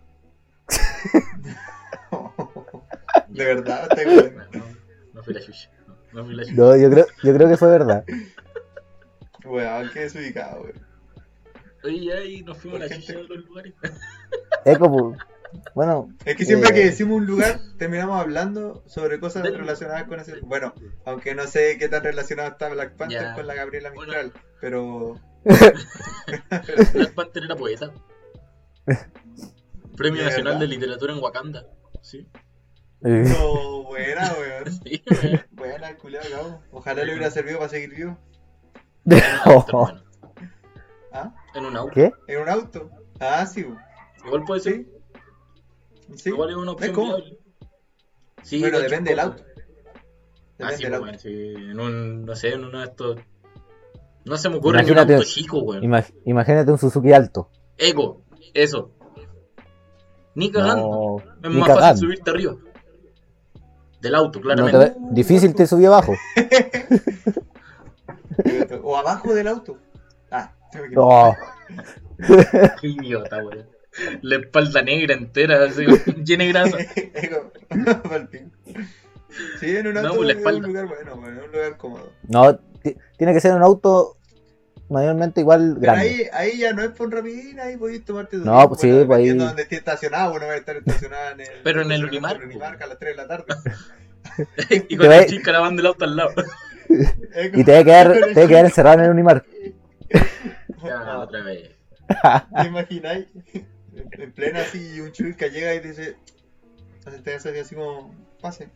De verdad, te weón. No, no, no fui la chucha. No, no fui la chucha. No, yo creo, yo creo que fue verdad. Weón, qué desubicado, weón. Oye, ya, y nos fuimos a la Por gente- chucha de los lugares. Es como. Bueno, Es que siempre Eh. que decimos un lugar, terminamos hablando sobre cosas Del- relacionadas con ese. Bueno, aunque no sé qué tan relacionado está Black Panther Ya. con la Gabriela Mistral, pero. Black Panther era poeta. Premio ¿De Nacional verdad? de Literatura en Wakanda. Sí. eh, No, buena, weón. Sí, weón. Buena, culiado, cabo. Ojalá le hubiera servido para seguir vivo. Bueno, ¿Ah? En un auto. ¿Qué? ¿En un auto? Ah, sí, weón. Igual puede ser. Sí. Sí. Igual es una opción ¿Ves cómo? viable. Sí, Bueno, de hecho, depende del poco. auto. Ah, Depende sí, del pues, auto. weón, sí. En un, no sé, en uno de estos. No se me ocurre ni un Imagínate- auto chico, weón. Imag- imagínate un Suzuki alto. Ego, eso. Ni cagando. No, es ni más fácil cagando. subirte arriba. Del auto, No claramente. te ve- Difícil te subí abajo. O abajo del auto. Ah, tengo que. No, Qué idiota, weón. La espalda negra entera, así, llena de grasa. Ego, pa'l pico. Sí, en un No, pues, auto la es espalda. un lugar bueno, bueno, un lugar cómodo. no, ti- tiene que ser un auto mayormente igual Pero grande. ahí, ahí ya no es por rapidín, ahí podéis tomarte tu No, tiempo, pues bueno, sí, pues ahí- dependiendo donde esté estacionado, uno va a estar estacionado en el... Pero en el Unimarc, En el Unimarc a las 3 de la tarde. y con Te la ve- chica lavando el auto al lado. Ego, Y te debe quedar, te debe quedar encerrado en el Unimar. Ya, no, otra vez. ¿Te imagináis? En en plena así, un churca llega y dice... Hace te hace así como... Pase.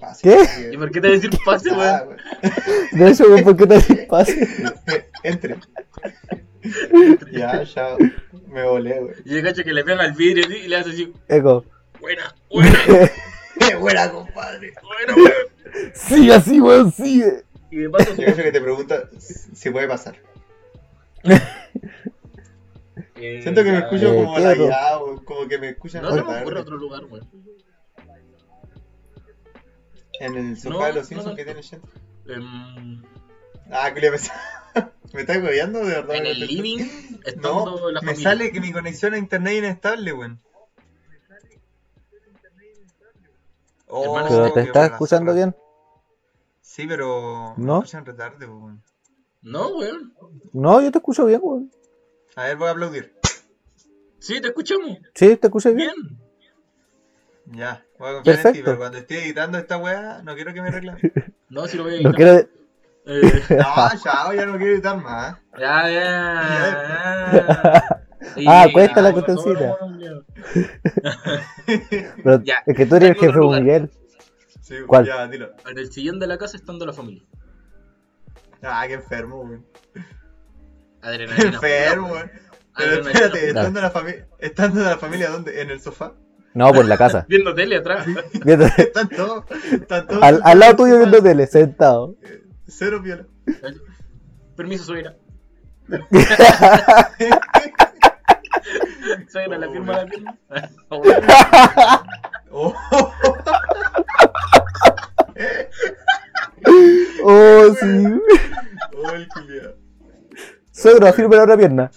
Pase. ¿Qué? ¿Y sí, por qué te voy a decir pase, ah, weón? bueno. De hecho, güey, ¿por qué te haces pase? Entre. ya, ya. Me volé, güey. Y yo cacho que le pega al vidrio así, y le hace así, Eco. buena, buena, ¡Qué buena, compadre! buena, weón. Sigue así, weón, sigue. Y de paso, Yo creo que te pregunta si puede pasar. eh, Siento que me ya, escucho Eh, como claro. lagueado, como que me escuchan No se me tarde. ocurre otro lugar, weón. En el sofá No, de los no Simpsons que tanto. tiene Sheldon. Em, Ah, culiao, me está- me estás hueveando de verdad. en no el te- living, estando No, en la me familia. sale que mi conexión a internet es inestable, weón. Oh, Hermano, Pero qué te estás buena escuchando zorra. bien. Sí, pero me ¿No? escuchan retarde, weón. No, weón. No, yo te escucho bien, weón. A ver, voy a aplaudir. Sí, te escuchamos. Sí, te escucho bien. Bien. Ya, voy a confiar en ti, Perfecto. pero cuando esté editando esta weá, no quiero que me reclamen. No, si lo voy a No editar. quiero. Eh, No, chao, ya no quiero editar más. ya, ya. Sí, Ah, cuesta la por favor, cuestioncita. weón. Pero Ya, es que tú eres el tengo otro jefe, lugar. Miguel. Sí, ¿Cuál? ya, dilo. En el sillón de la casa estando la familia. Ah, qué enfermo, weón. Qué Adrenalina. enfermo, weón. Pero Adrenalina espérate, pura. estando en la familia, estando en la familia, ¿dónde? ¿En el sofá? No, por la casa. Viendo tele atrás. Viendo- Están todos, están todos. al, al lado tuyo viendo tele, sentado. Cero viola. Permiso, suegra. Suegra, la firma la firma. Oh, Oh, sí. oh, el culiao. Sogro, afirma la otra pierna.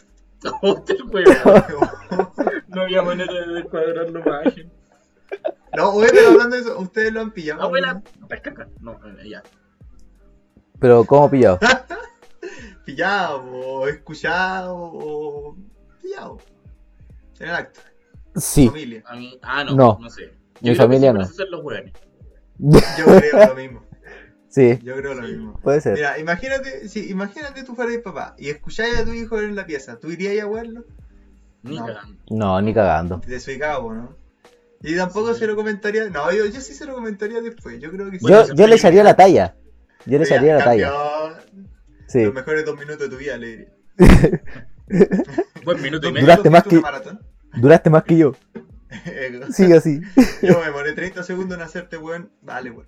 Puta, weón. Oh. No había manera de descuadrarlo más. ágil. No, oye, pero hablando de eso, ustedes lo han pillado. Abuela, pesca. No, eh, ya. Pero, ¿cómo pillado? weón? Pillado, o escuchado, o. Pillado. En el acto, Sí. familia. A mí, ah, no, no, No. sé. Yo Mi creo familia que sí, no. por eso son los hueones. Yo creo lo mismo. Sí, Yo creo lo mismo. puede ser. Mira, imagínate, sí, imagínate tú fueras papá y escucháis a tu hijo en la pieza. ¿Tú irías a verlo? Ni No. cagando. No, ni cagando. Desubicado, ¿no? Y tampoco Sí. se lo comentaría. No, yo, yo sí se lo comentaría después. Yo creo que sí. Yo, Bueno, yo le sí. echaría la talla. Yo le Diría, echaría la talla. "Campeón, Sí. Los mejores dos minutos de tu vida, le diría. Buen minuto y ¿Dos medio. Duraste minutos más fuiste que- una maratón? Eh, Duraste más que yo. Sí, así. Yo me demoré 30 segundos en hacerte, weón. Vale, weón.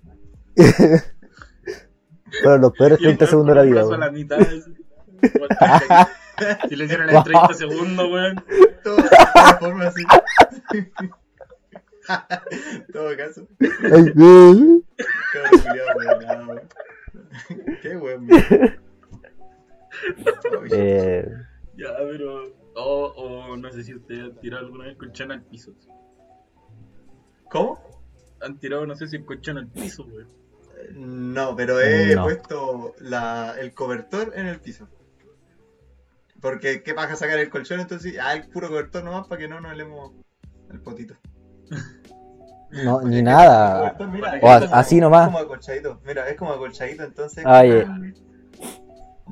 Fueron los peores 30 segundos de la vida, Brazo a la weón. mitad, así. Si le hicieran en 30 segundos, weón. Todo de todas formas así. Todo caso. Ay, eh. Cabrón, culiao, weón, nada, weón. Qué weón, mira. Oh, shit. Eh, Ya, pero. O, o no sé si ustedes han tirado alguna vez colchón al piso. ¿Cómo? Han tirado, no sé si el colchón al piso, weón. No, pero he No. puesto la, el cobertor en el piso. Porque, ¿qué pasa sacar el colchón? Entonces, ah, el puro cobertor nomás para que no nos helemos el potito. No, ni nada. Cobertor, mira, O es como- a- así nomás. Es como acolchadito, mira, es como acolchadito, entonces Ay, eh.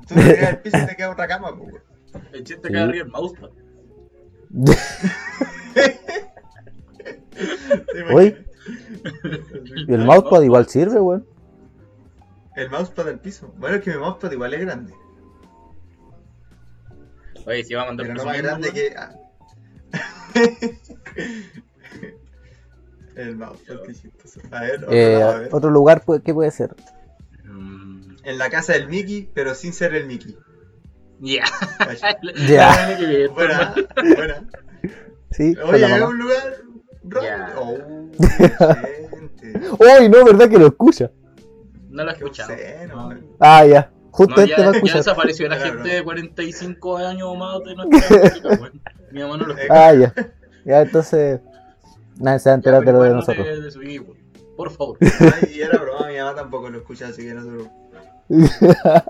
tú te quedas el piso y te queda otra cama, pues, weón. El chiste Sí. que arriba el mousepad. ¿Te imaginas? Uy, y el mousepad igual sirve, weón. El mousepad al piso. Bueno, es que mi mousepad igual es grande, Oye, si va a mandar pero no más presumiendo, grande weón. que... ah. el mousepad, qué chistoso. A ver, otro Eh, lado, a ver. otro lugar, pues, ¿qué puede ser? Mm, En la casa del Mickey, pero sin ser el Mickey. Ya. Calla. Ya. Tiene que ver, hermano. Buena, buena. Sí, con Oye, la es mamá. un lugar raro. Ya. Oh, qué gente. ¡Uy, no! ¿Verdad que lo escucha? No lo he Qué escuchado. obsceno, No. hombre. Ah, ya. Justo No, este va a ya, ya escuchar. desapareció la Claro, gente bro. de 45 años o más de nuestra época, weón. Mi mamá no lo Eh, Ah, ya. Ya, entonces. Nadie se Ya, va a enterar de lo de pero nosotros. Eh, de- de su equipo. Por favor. Ay, y era broma, mi mamá tampoco lo escucha, así que no se preocupe.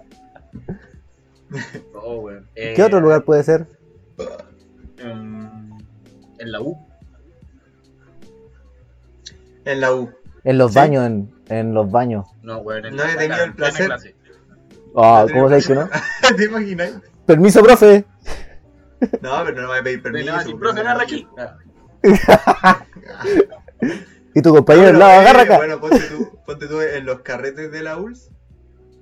Oh, weón. Eh, ¿Qué otro lugar puede ser? em, en la U. En la U. En los Sí. baños, en, en los baños. No, weón. en No la- he tenido la- el en plena placer. clase. Ah, No tenemos- ¿cómo sabes que no? ¿Te imaginas? Permiso, profe. No, pero no me voy a pedir permiso. De nada, sin porque profe, no- agarra aquí. Ah, Y tu No, compañero al pero, lado, eh, Pues agarra acá. Bueno, ponte tú, ponte tú en los carretes de la ULS,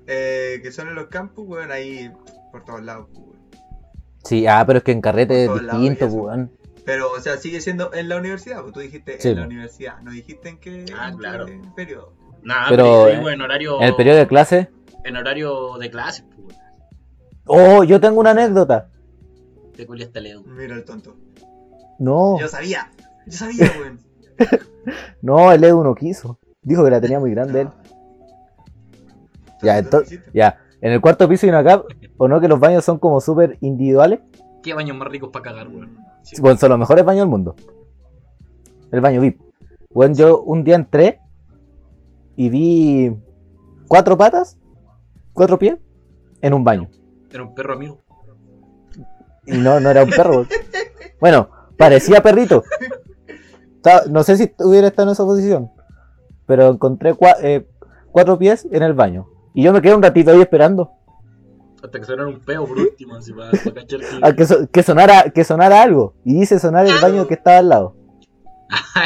eh, que son en los campus, weón, ahí por todos lados, pues, weón. Sí, ah, pero es que en carrete es Por todos lados y distinto, eso. weón. Pero, o sea, sigue siendo en la universidad, porque tú dijiste Sí, en la po. universidad, no dijiste en qué Ah, en qué claro. periodo. Nah, Pero, pero yo eh, digo en horario. En el periodo de clase. En horario de clase, pues, weón. Oh, yo tengo una anécdota. Te culiaste a Leo. Mira el tonto. No, Oh. Yo sabía, yo sabía, weón. no, el Edu no quiso. Dijo que la tenía muy grande él. Ya, Entonces, entonces, ya. En el cuarto piso hay una cap, o no que los baños son como súper individuales. Qué baños más ricos para cagar, weón. Sí. Bueno, son los mejores baños del mundo. El baño VIP. Bueno, yo un día entré y vi cuatro patas, cuatro pies, en un baño. Era un perro amigo. Y no, no era un perro. weón. Bueno, parecía perrito. Ta- No sé si hubiera estado en esa posición. Pero encontré cua- eh, cuatro pies en el baño. Y yo me quedé un ratito ahí esperando. Hasta que sonara un peo por último, así para, para cachar que... a Ah, que, so- que sonara, que sonara algo. Y hice sonar el baño que estaba al lado.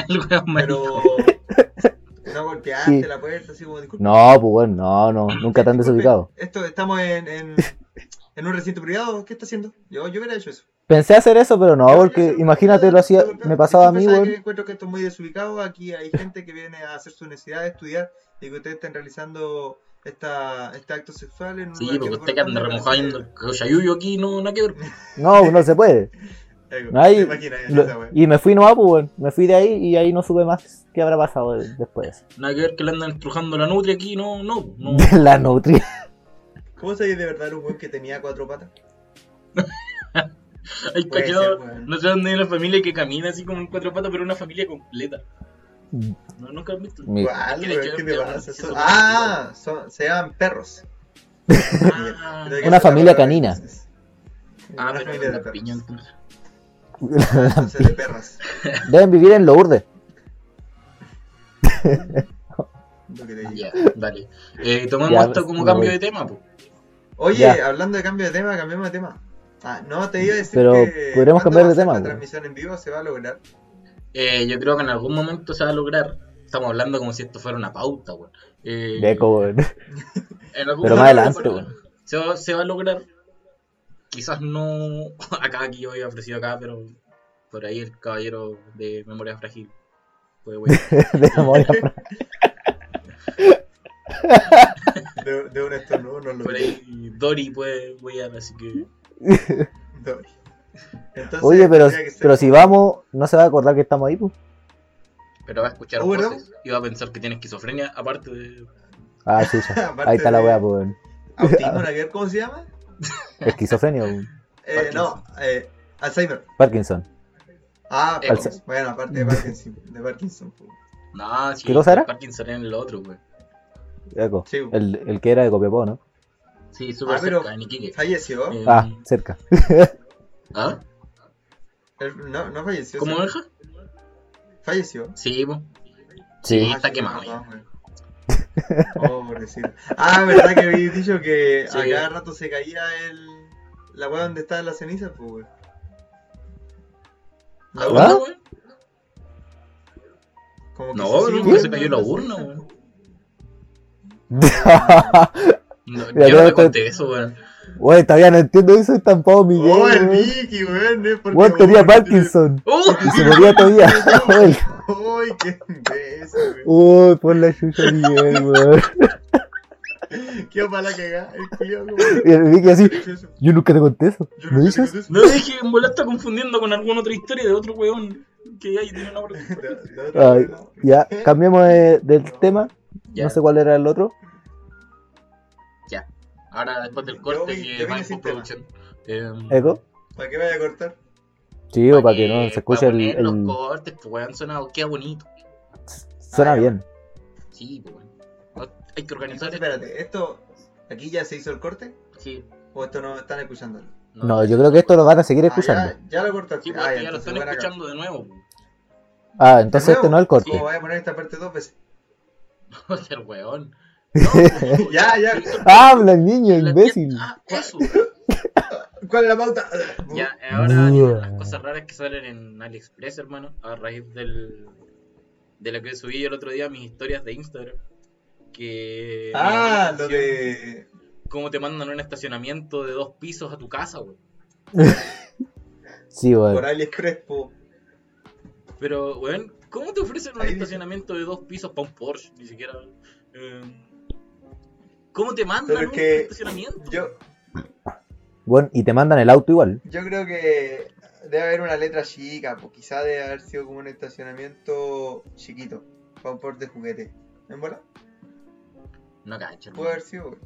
el weón marico. Pero. No golpeaste Sí. la puerta, así como disculpa. No, pues bueno, no, no, nunca tan disculpe, desubicado. Esto, estamos en, en, en un recinto privado. ¿Qué está haciendo? Yo, yo hubiera hecho eso. Pensé hacer eso, pero no, Yo porque hubiera- imagínate, lo hacía, Disculpe, me pasaba a mí, disculpe, ¿sabe weón. que Encuentro que esto es muy desubicado. Aquí hay gente que viene a hacer su necesidad de estudiar y que ustedes estén realizando esta, este acto sexual en un Sí, lugar porque no usted que anda corresponde, remojando el cochayuyo aquí, no, nada que ver. No, no se puede. parece. Algo, No hay- te imaginas, Lo- esa wea. y me fui nomás, pues weón. Me fui de ahí y ahí no supe más qué habrá pasado de- después. Nada que ver que le andan estrujando la nutria aquí, no, no, no. De la nutria. ¿Cómo sabéis de verdad un weón que tenía cuatro patas? Hay Puede cachado. ser, weón. No sé dónde hay una familia que camina así como en cuatro patas, pero una familia completa. No, nunca han visto. Mi- ¿Cuál, Hay que weón? ¿Qué te ver, pasa? weón. Son- Ah, son- se llaman perros. Ah, Creo que esa Una es la familia palabra canina. que dices. ah, Una pero familia de era perros. piña entonces. Entonces, de perras. Deben vivir en Lourdes. lo que te digo. Ya, dale. Eh, tomemos Ya, esto como me cambio de voy. tema, pues. Oye, Ya. hablando de cambio de tema, cambiamos de tema. Ah, no, te iba a decir Pero que ¿cuándo podríamos cambiar de va a ser tema, La weón? transmisión en vivo se va a lograr. Eh, yo creo que en algún momento se va a lograr. Estamos hablando como si esto fuera una pauta, weón. Eh, Deco, weón. en algún momento Pero más adelante, se va a lograr. Se va, se va a lograr. Quizás no acá, aquí yo había ofrecido acá, pero por ahí el caballero de memoria frágil. Fue bueno. De memoria fra- De, de un estornudo no lo Por ahí Dory puede huear, así que. No. Entonces, Oye, pero, tendría que ser- pero si vamos, no se va a acordar que estamos ahí, pues. Pero va a escuchar Oh, ¿verdad? voces y va a pensar que tiene esquizofrenia, aparte de. Ah, sí, ya. Aparte Ahí está la de- weá, pues. weón. ¿Autismo, nada que ver, ¿Cómo se llama? Esquizofrenia, weón. Eh, no, eh, Alzheimer. Parkinson. Ah, Eh, Parkinson. Bueno, aparte de Parkinson. De Parkinson. pues. No, sí, ¿Qué cosa era? Parkinson en el otro, güey. Deco. Sí, pues. El, el que era de Copiapó, ¿no? Sí, súper Ah, pero- cerca, en Iquique. falleció. Eh, Ah, cerca. ¿Ah? El- no, no falleció. ¿Como sí. oveja? Falleció. Sí, po. Sí. Sí. está quemado no, no, güey. Oh, pobrecito. Ah, ¿verdad que habéis dicho que Sí. a cada rato se caía el... la weá donde estaban las cenizas? Pues, güey. ¿La ¿La urna, ¿Ah? güey? Como que No, sí, no, güey, se cayó la no sé. urna, güey. No, yo no Mira, creo te que- conté eso, güey. Güey, todavía no entiendo eso, es tan pavo Miguel. Oh, el weón. Vicky, weón. eh, porque Weón tenía uno tiene- Parkinson. ¡Oh! Y se moría todavía. Weón. Uy, qué imbécil, güey. Uy, por la chucha Miguel, weón. Qué ojalá que haga el culiao, como- Y el Vicky así, Yo yo nunca te conté eso. no ¿Lo dices? sé No dije, en volar está confundiendo con alguna otra historia de otro weón que ahí tiene una qué parte. es eso. No, no, Ay, no. ya, cambiemos de- del tema. Ya, No sé cuál era el otro. ahora después del Yo corte vi- yo que vine va en sin tema. postproducción. Em, ¿Eco? ¿Para qué vaya a cortar? Sí, o para que no se escuche para el. poner el- Los cortes, pues weón, suena, queda bonito. Suena Ay, bien. Sí, pues weón. No, Hay que organizar Entonces, esto. espérate, ¿esto aquí ya se hizo el corte? Sí. ¿O esto no están escuchándolo? No, yo creo que esto lo van a seguir Ah, escuchando. ya, ya lo cortaste. Sí, pues, ya ah, lo entonces están van acá. escuchando de nuevo. pues. Ah, entonces ¿De este nuevo? no es el ¿Cómo corte. voy a poner esta parte dos veces? pues. el weón. No, pues, Ya, ya. sí, ¡Ah, Habla el niño, la- imbécil. Ah, eso. ¿Cuál es la pauta? Ya, ahora vienen Yeah. las cosas raras que salen en AliExpress, hermano, a raíz del de lo que subí el otro día mis historias de Instagram. Que Ah, me llamó eh, la lo atención de. cómo te mandan un estacionamiento de dos pisos a tu casa, güey. Sí, Por weón. AliExpress, po. Pero, weón, ¿cómo te ofrecen un Ahí dice. estacionamiento de dos pisos para un Porsche? Ni siquiera. eh, ¿Cómo te mandan Pero es un que estacionamiento? Yo, Bueno, y te mandan el auto igual. Yo creo que debe haber una letra chica, pues quizá debe haber sido como un estacionamiento chiquito, para un porte de juguete. ¿En verdad? No cacho. Puede haber sido, güey.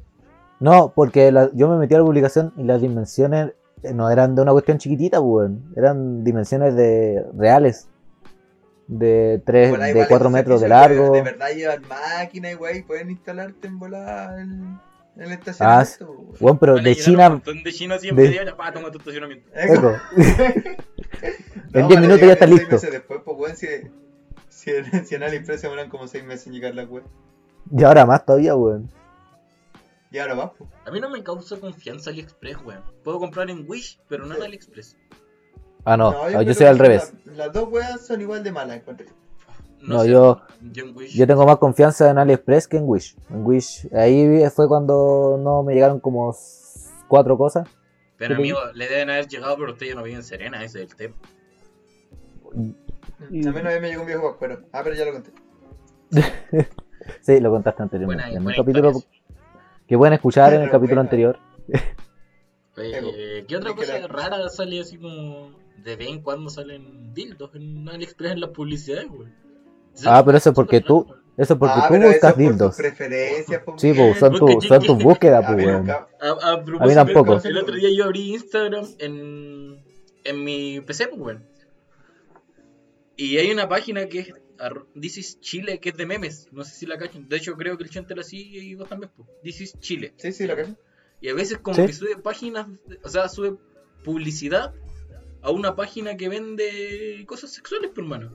No, porque la- yo me metí a la publicación y las dimensiones eh, no eran de una cuestión chiquitita, pues, weón. Eran dimensiones de reales. De tres, Bueno, igual de es 4 un metros de servicio que largo. De verdad llevan máquina y güey, pueden instalarte en volar en en Ah, el estacionamiento. güey. Weón, pero Van a de llegar un China. montón de China siempre de- de... la pata toma tu estacionamiento. Eco. No, en 10 van a minutos llegar ya está seis listo. meses después, pues, güey, si, si, en- si en AliExpress se demoran como 6 meses en llegar las web. Y ahora más todavía, weón. Y ahora va, pues. A mí no me causa confianza AliExpress, weón. Puedo comprar en Wish, pero no en AliExpress. Ah, no, No, yo, creo soy al que revés. la- las dos weas son igual de malas, encuentro yo. No, sé, yo- Yo en Wish. Yo tengo más confianza en AliExpress que en Wish. En Wish, ahí fue cuando no me llegaron como s- cuatro cosas. Pero amigo, le deben haber llegado, pero usted ya no vive en Serena, ese es el tema. Y- Mm, A mí una vez me llegó un viejo pascuero. Ah, pero ya lo conté. Sí, lo contaste anteriormente. Buena, en el buena capítulo historia. que pueden escuchar en el Pero buena. capítulo anterior. Eh, ¿Qué otra Es que cosa la- rara sale así como de vez en cuando salen dildos en AliExpress en las publicidades, weón? Ah, pero eso es porque tú- Eso es porque ah, tú pero eso buscas es por tus dildos. preferencias, pues, Ah, Sí, güey. pues son, tu- Porque yo- son tus búsquedas, A pues, mí weón. nunca- A, a propósito, tampoco. El otro día yo abrí Instagram en, en mi PC, pues, weón. Y hay una página que es ar- This is Chile, que es de memes. No sé si la cachan. De hecho, creo que el Chente la sigue y vos también, pues. This is Chile. Sí, sí, lo que Y a veces como Sí. que sube páginas, o sea, sube publicidad a una página que vende cosas sexuales, pues, hermano.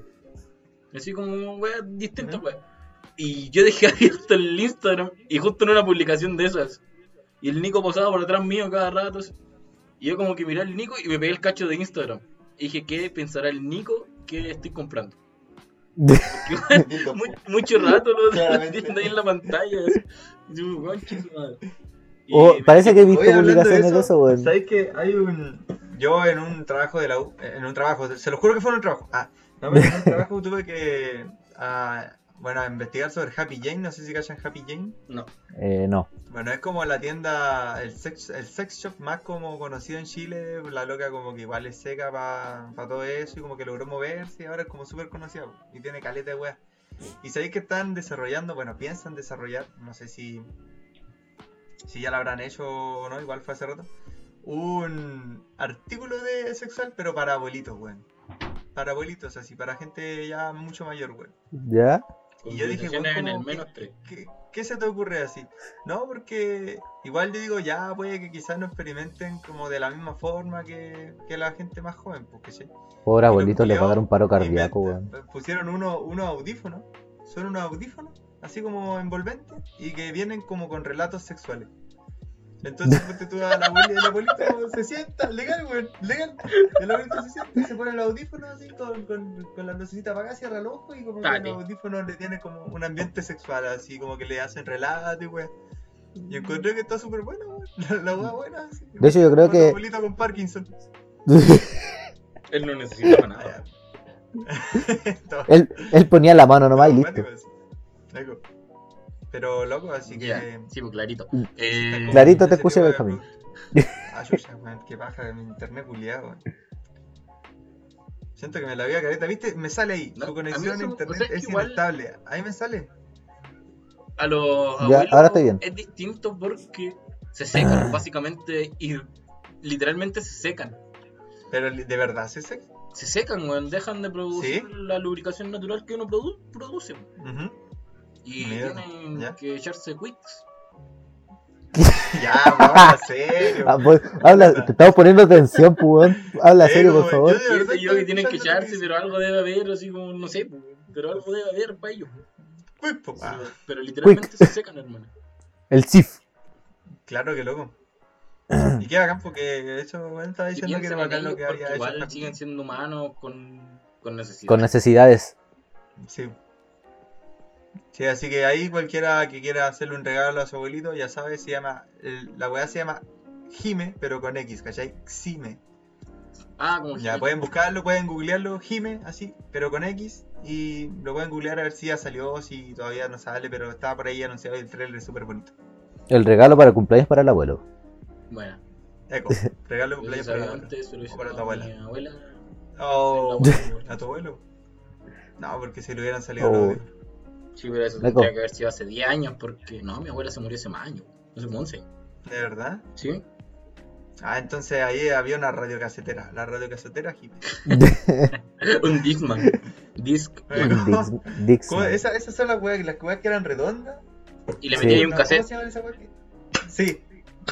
Así como weas distintas, Ujú. weas. Y yo dejé abierto el Instagram y justo en una publicación de esas. Y el Nico pasaba por atrás mío cada rato. así. Y yo como que miré al Nico y me pegué el cacho de Instagram. Y dije, ¿qué pensará el Nico que estoy comprando? Porque, Dildos, mu- pues. mucho rato lo la Claramente. tienda ahí en la pantalla. así. Y yo, "Conche su madre". Y Oh, me- parece que he visto Oye, hablando publicaciones de eso, weón. ¿Sabes que hay un. Yo en un trabajo de la U. En un trabajo, se lo juro que fue en un trabajo. Ah, no, pero en un trabajo tuve que. ah, bueno, a investigar sobre Happy Jane. No sé si callan Happy Jane. Eh, no. Bueno, es como la tienda. El sex, el sex shop más como conocido en Chile. La loca como que igual es seca para todo eso. Y como que logró moverse. Y ahora es como súper conocida. Y tiene caleta de weas. Y sabéis que están desarrollando. Bueno, piensan desarrollar. No sé si. Si ya la habrán hecho o no. Igual fue hace rato un artículo de sexual, pero para abuelitos, weón. Para abuelitos, así, para gente ya mucho mayor, weón. ¿Ya? Y yo dije, Conversaciones weón, en el ¿cómo que- menos tres. ¿Qué, qué se te ocurre así? No, porque igual yo digo, ya puede que quizás no experimenten como de la misma forma que, que la gente más joven, pues, porque sí. Pobre los abuelito le va a dar un paro culiados cardíaco, weón. inventan- Pusieron uno- unos audífonos, son unos audífonos, así como envolventes, y que vienen como con relatos sexuales. Entonces ponte tú a la abuela y el abuelito se sienta, legal, güey, legal. El abuelito se sienta, se pone los audífonos así con, con, con la lucecita para acá, cierra el ojo y como que Dale. los audífonos le tienen como un ambiente sexual, así como que le hacen relato y güey. Y encontré que está súper bueno, güey. La, la wea buena. Así. De hecho, yo creo Como que- El abuelito con Parkinson. Él no necesitaba nada. Ah, ya. Todo. él, él ponía la mano nomás y listo. Automático, así. Loco. pues, Pero loco, así que. Ya, sí, pues clarito. Mm. está Eh, como Clarito ese te escuché, tipo de Benjamín. producto. Ah, chucha, weón, que baja de mi internet culiado. Siento que me la voy a careta, ¿viste? Me sale ahí. No, Su a mí conexión a eso- o internet sea, que es igual- inestable. Ahí me sale. a los Ya, abuelos ahora estoy bien. Ah. es distinto porque se secan, básicamente, y literalmente se secan. Pero li- de verdad, ¿sí? sí? Se secan, weón. Dejan de producir la lubricación natural que uno produ- produce. weón. Ujú. Y Mierda, tienen ya. que echarse quicks. Ya, weón, en serio. Ah, pues, habla, te estamos poniendo tensión, pues, weón. Habla Sí, serio, por weón, favor. Yo de verdad este Yo que estoy tienen que escuchando lo que echarse, dice. pero algo debe haber, así como, no sé, pues, pero algo debe haber para ellos. weón. Uy, po, ah, Pero, pero literalmente se secan, hermano. El CIF. Claro que loco. Y qué bacán, porque de hecho, weón, estaba Y diciendo que era piensen en bacán lo ellos que porque había hecho. igual Paco. siguen siendo humanos con, con necesidad. Con necesidades. Sí. Sí, así que ahí cualquiera que quiera hacerle un regalo a su abuelito, ya sabe, se llama. el- la weá se llama Jime, pero con X, ¿cachai? Xime. Ah, como Ya pues. que- pueden buscarlo, pueden googlearlo, Jime, así, pero con X. Y lo pueden googlear a ver si ya salió, si todavía no sale, pero estaba por ahí anunciado y el trailer, es súper bonito. El regalo para cumpleaños para el abuelo. Bueno, Eco, regalo de yo lo cumpleaños sabía para tu abuelo. antes, pero O yo para no, tu abuela. mi abuela. Oh, Es la abuela. a tu abuelo. No, porque si le hubieran salido Oh. los Sí, pero eso Loco. tendría que haber sido hace 10 años porque no, mi abuela se murió hace más años. Hace como 11. ¿De verdad? ¿Sí? Ah, entonces ahí había una radiocasetera. La radiocasetera hippie. Un Discman. Disc. Dix- Dixman. ¿Cómo- esa- esas son las weas, las weas que eran redondas. Y le Sí. metí ahí un No, ¿Cómo cassette. se llaman esas weas? que- Sí.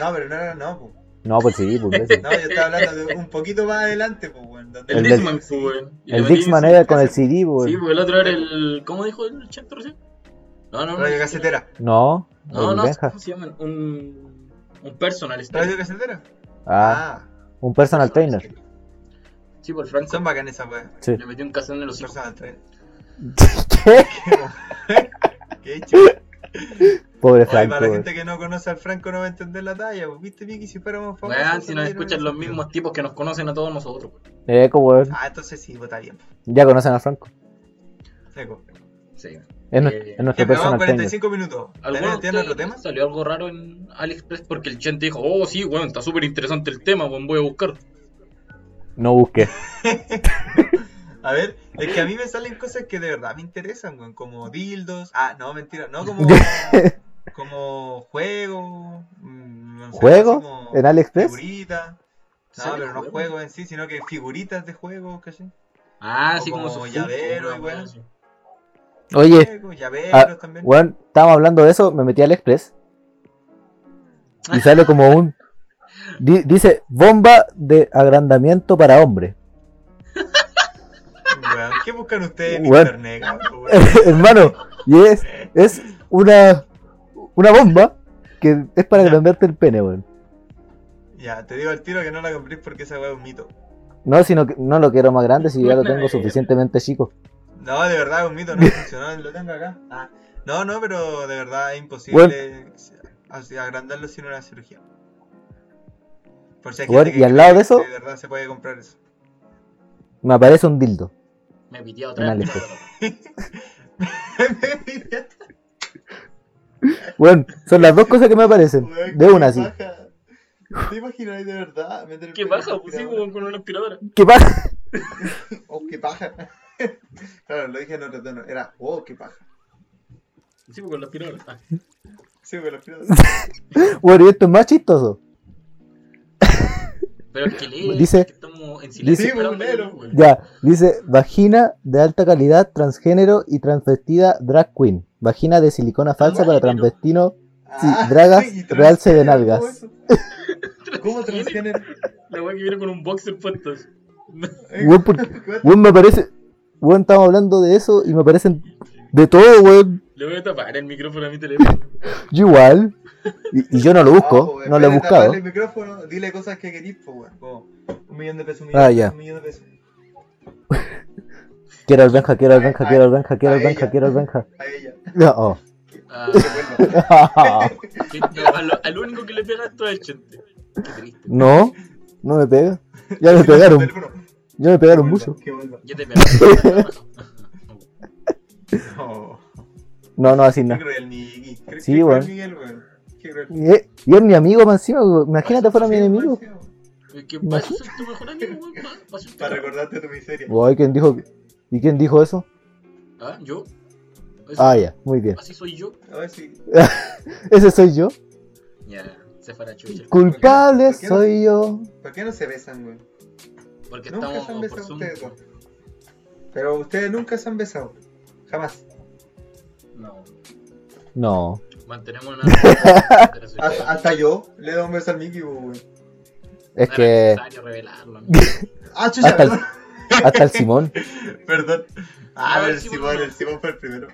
No, pero no, no, no, po. No, pues sí, pues eso. No, yo estaba hablando de un poquito más adelante, pues, weón. donde- El, El del- Discman, pues, weón. Y le El metí Dixman ese- era con el CD, pues. Sí, pues el otro era el. ¿Cómo dijo el chato recién? No, no, no. Radiocasetera. No, No, el no, Benja. ¿cómo se llaman? Un. Un personal stereo. ¿Radiocasetera? Ah, un personal trainer. Sí, por Franco. Ah, Son bacanas esas weas. Sí. Le metí un cassette en los hijos. Personal trainer. ¿Qué? Qué chulo. Pobre Oye, Franco. para la güey. gente que no conoce al Franco no va a entender la talla. pues, ¿Viste, Vicky? Si fuéramos famosos. Weón, si nos no escuchan hubiera los sentido. mismos tipos que nos conocen a todos nosotros. pues. weón. Eco, güey. Ah, entonces sí, pues, está bien. Ya conocen a Franco. Eco. Sí. Es, nu- Eh, es nuestro Ya, pero vamos personal a trainer. 45 minutos. ¿Alguno ¿Tenés- de ¿Tienen otro tema? ustedes salió algo raro en AliExpress? Porque el gente dijo, oh sí, weón, está súper interesante el tema, weón, voy a buscar. No busque. A ver, es que a mí me salen cosas que de verdad me interesan, weón, como dildos. Ah, no, mentira, no como como juego, mm, no sé, ¿Juego? así como ¿En AliExpress? figuritas. No, ¿Sale pero no juego? juego en sí, sino que figuritas de juegos, ¿cachai? Ah, O sí, como, como sus llavero, Funko, weón. así. Oye, Juegos, llaveros ah, también. Bueno, estábamos hablando de eso, me metí al Express. Y sale como un. di- dice, bomba de agrandamiento para hombre. Weón, ¿Qué buscan ustedes en Weón. internet, cabrón, weón? Hermano, y es, es una. Una bomba que es para agrandarte el pene, weón. Ya, te digo al tiro que no la compré porque esa weá es un mito. No, sino que no lo quiero más grande si ya lo tengo suficientemente chico. No, de verdad es un mito, no funcionó, lo tengo acá. Ah, No, no, pero de verdad es imposible así agrandarlo sin una cirugía. Por si hay Weón, gente y que al lado de eso de verdad se puede comprar eso. me aparece un dildo. Me pitió En otra vez. AliExpress. Bueno, son las dos cosas que me aparecen. Weón, De qué una así. paja. ¿Te imaginas de verdad? meter el ¿Qué pene en baja? el Pues sí, pues. aspirador? weón, con una aspiradora. ¿Qué pasa? Oh, qué paja. claro, lo dije en otro tono. Era, oh, qué paja. Sí, pues, con la aspiradora. Ah, Sí, pero los Bueno, y esto es más chistoso. Pero es que lee, Dice- es que estamos en silencio. Dice- esperando que Sí, lee, weón, weón. Ya, dice vagina de alta calidad, transgénero y transvestida drag queen. Vagina de silicona falsa para transvestino. Sí, Ah, dragas, realce de nalgas. ¿Cómo transgénero? La weón que viene con un boxer puesto. Weón, por- weón, me parece. Weón, estamos hablando de eso y me aparecen de todo, weón. Le voy a tapar el micrófono a mi teléfono. Yo igual. Y, y yo no lo Ah, busco, pues, no lo he espérate, buscado. apagarle el micrófono, dile cosas que querís, pues, weón. Como un millón de pesos, un millón, Ah, de ya. pesos, un millón de pesos. Quiero al Benja, quiero al Benja, quiero al Benja, quiero al Benja, quiero al Benja. A ella. No. oh. Ah, Que vuelva. que- no, al, al único que le pega esto es el chente. Qué triste. No, no me pega. Ya me pegaron, Teléfono. ya me Que pegaron vuelva, mucho. que vuelva. Ya te pegaste. No. No, no, así Qué no. cruel, Niki. Qué- Sí, qué cruel, weón. Miguel, weón. Qué cruel. Y es, y es mi amigo más encima, weón. imagínate fuera mi Sí, enemigo. weón, sí, weón. ¿Qué pasa? Soy tu mejor amigo, weón. pa- pa' hacerte Para cagar. recordarte tu miseria. Ay, ¿quién dijo? ¿Y quién dijo eso? ¿Ah? ¿Yo? Eso- Ah, ya, muy bien. Así soy yo. A ver si. Ese soy yo. Ya, se fue la chucha. Culpable ¿Por qué no? soy yo. ¿Por qué no se besan, weón? Porque Nunca estamos se han por besado Zoom. ustedes dos. Pero ustedes nunca se han besado. Jamás. No, No. mantenemos una. Hasta, hasta yo le he dado un beso al Mickey, weón. Es que necesario revelarlo, amigo. Ah, chucha, Hasta el- perdón. hasta el Simón. Perdón. Ah, Ah, pero el el Simón Simón, no. el Simón fue el primero.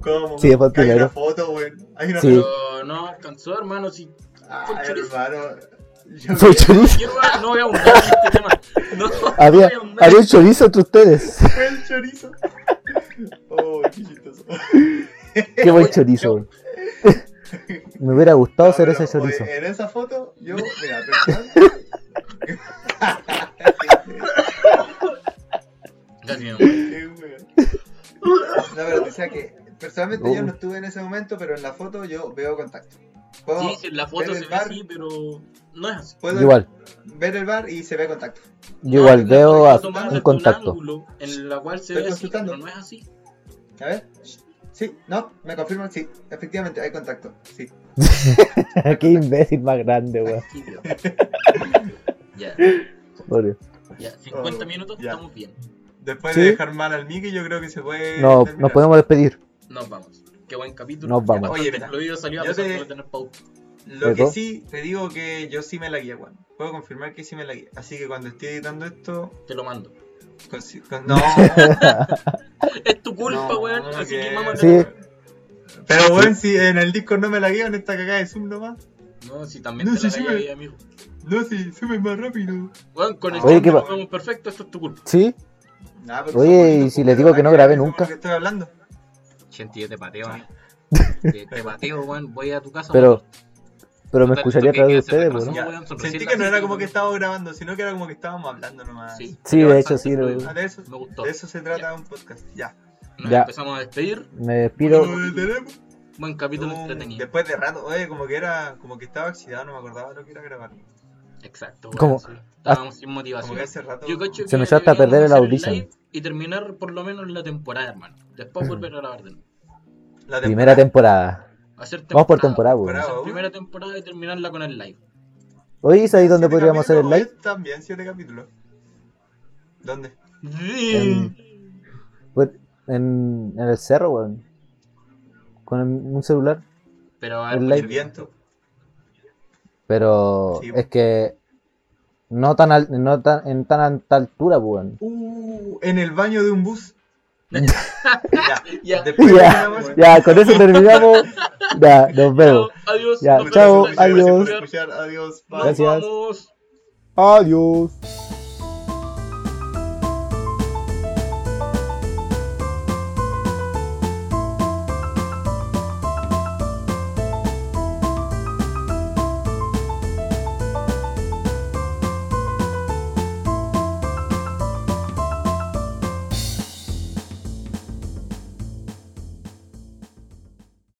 ¿Cómo? Sí, fue el Hay primero. una foto, weón. Hay una Sí. foto. Pero no alcanzó, hermano. Si Ah, hermano. Yo Soy chorizo. quiero, no voy a abundar en este tema. No, Había, no voy a abundar. había un chorizo entre ustedes. fue el chorizo. Oh, qué chistoso. Qué buen chorizo. weón. Me hubiera gustado No, ser pero, ese chorizo. oye, en esa foto, yo, mira, perdón. Casi me muero. Qué weón. No, pero o sea que personalmente yo no estuve en ese momento, pero en la foto yo veo contacto. Puedo, Sí, en la foto ver se el ve bar. así, pero no es así. puedo Yo igual, ver el bar y se ve contacto. yo igual Ah, No, veo la a foto tomaron un desde contacto. ángulo en la cual se Estoy ve así, consultando. pero no es así. A ver. Sí, no, me confirman, sí. Efectivamente, hay contacto. Sí. Qué imbécil más grande, weón. Aquí, Dios. Ya, Pobre. ya. 50 Oh, minutos, ya. estamos bien. Después Sí. de dejar mal al Mickey, yo creo que se puede. No, terminar. nos podemos despedir. Nos vamos. Qué buen capítulo. Nos vamos. Bastante Oye, mira, fluido salió a yo pesar te- de no tener pauta. Lo que ¿Eso? sí, te digo que yo sí me la guía, weón. Puedo confirmar que sí me la guía. Así que cuando esté editando esto. Te lo mando. con- con- no, Es tu culpa, no, weón. no, Así que- que mámate. Sí. Pero weón, si en el Discord no me la guío, en esta cagada de Zoom nomás. No, si también No, te la sí, caí sí, ahí, amigo. No, si suben más rápido. Weón, con el Oye, tiempo ¿qué nos pa- vemos perfecto, esto es tu culpa. ¿Sí? Nah, pero Oye, son y bonitos, si pues, les digo que no ¿verdad? grabé ¿Sabes de nunca? lo que estoy hablando? Gente, yo te pateo, amigo. Te, te pateo, weón. Voy a tu casa. Pero, pero me Total, escucharía a esto que través hay de que hacer ustedes, pues, ¿no? retraso. Ya, weón, son Sentí recién que no las era seis, como que weón. estábamos grabando, sino que era como que estábamos hablando nomás. Sí, Sí, de hecho, sí. Bastante lo- Ah, de eso, Me gustó. de eso se trata un podcast. Ya. Nos Ya. empezamos a despedir. Me despido. Como de teléfono. Buen capítulo No, entretenido. después de rato, oye, como que era, como que estaba oxidado, no me acordaba lo que era grabar. Exacto. weón, ¿Cómo? sí. Estábamos sin Como motivación. que hace rato. Yo cacho Se me que echó hasta a deberíamos perder el hacer Audition. live Y terminar por lo menos la temporada, hermano. Después volver a grabar de nuevo. La Primera temporada. Hacer Vamos por temporada, weón. Temporada. Hacer weón. primera temporada y terminarla con el live. Oye, ¿y ¿sabes dónde Siete podríamos hacer el capítulos, live? oye, También, siete capítulos. ¿Dónde? Sí. Pues, En, en el cerro, weón. Con un celular. Pero a El ver, live. El viento. Pero Sí, es que no tan al- no tan, en tan alta altura, weón. Uh, en el baño de un bus. ya, pues, ya. después Ya, terminamos eso. Ya, con eso terminamos. Ya, nos vemos. Chao, Adiós. Ya, nos vemos chao, en la Muchas gracias por adiós. próxima. escuchar, Adiós. bye. Nos Gracias. vamos. Adiós.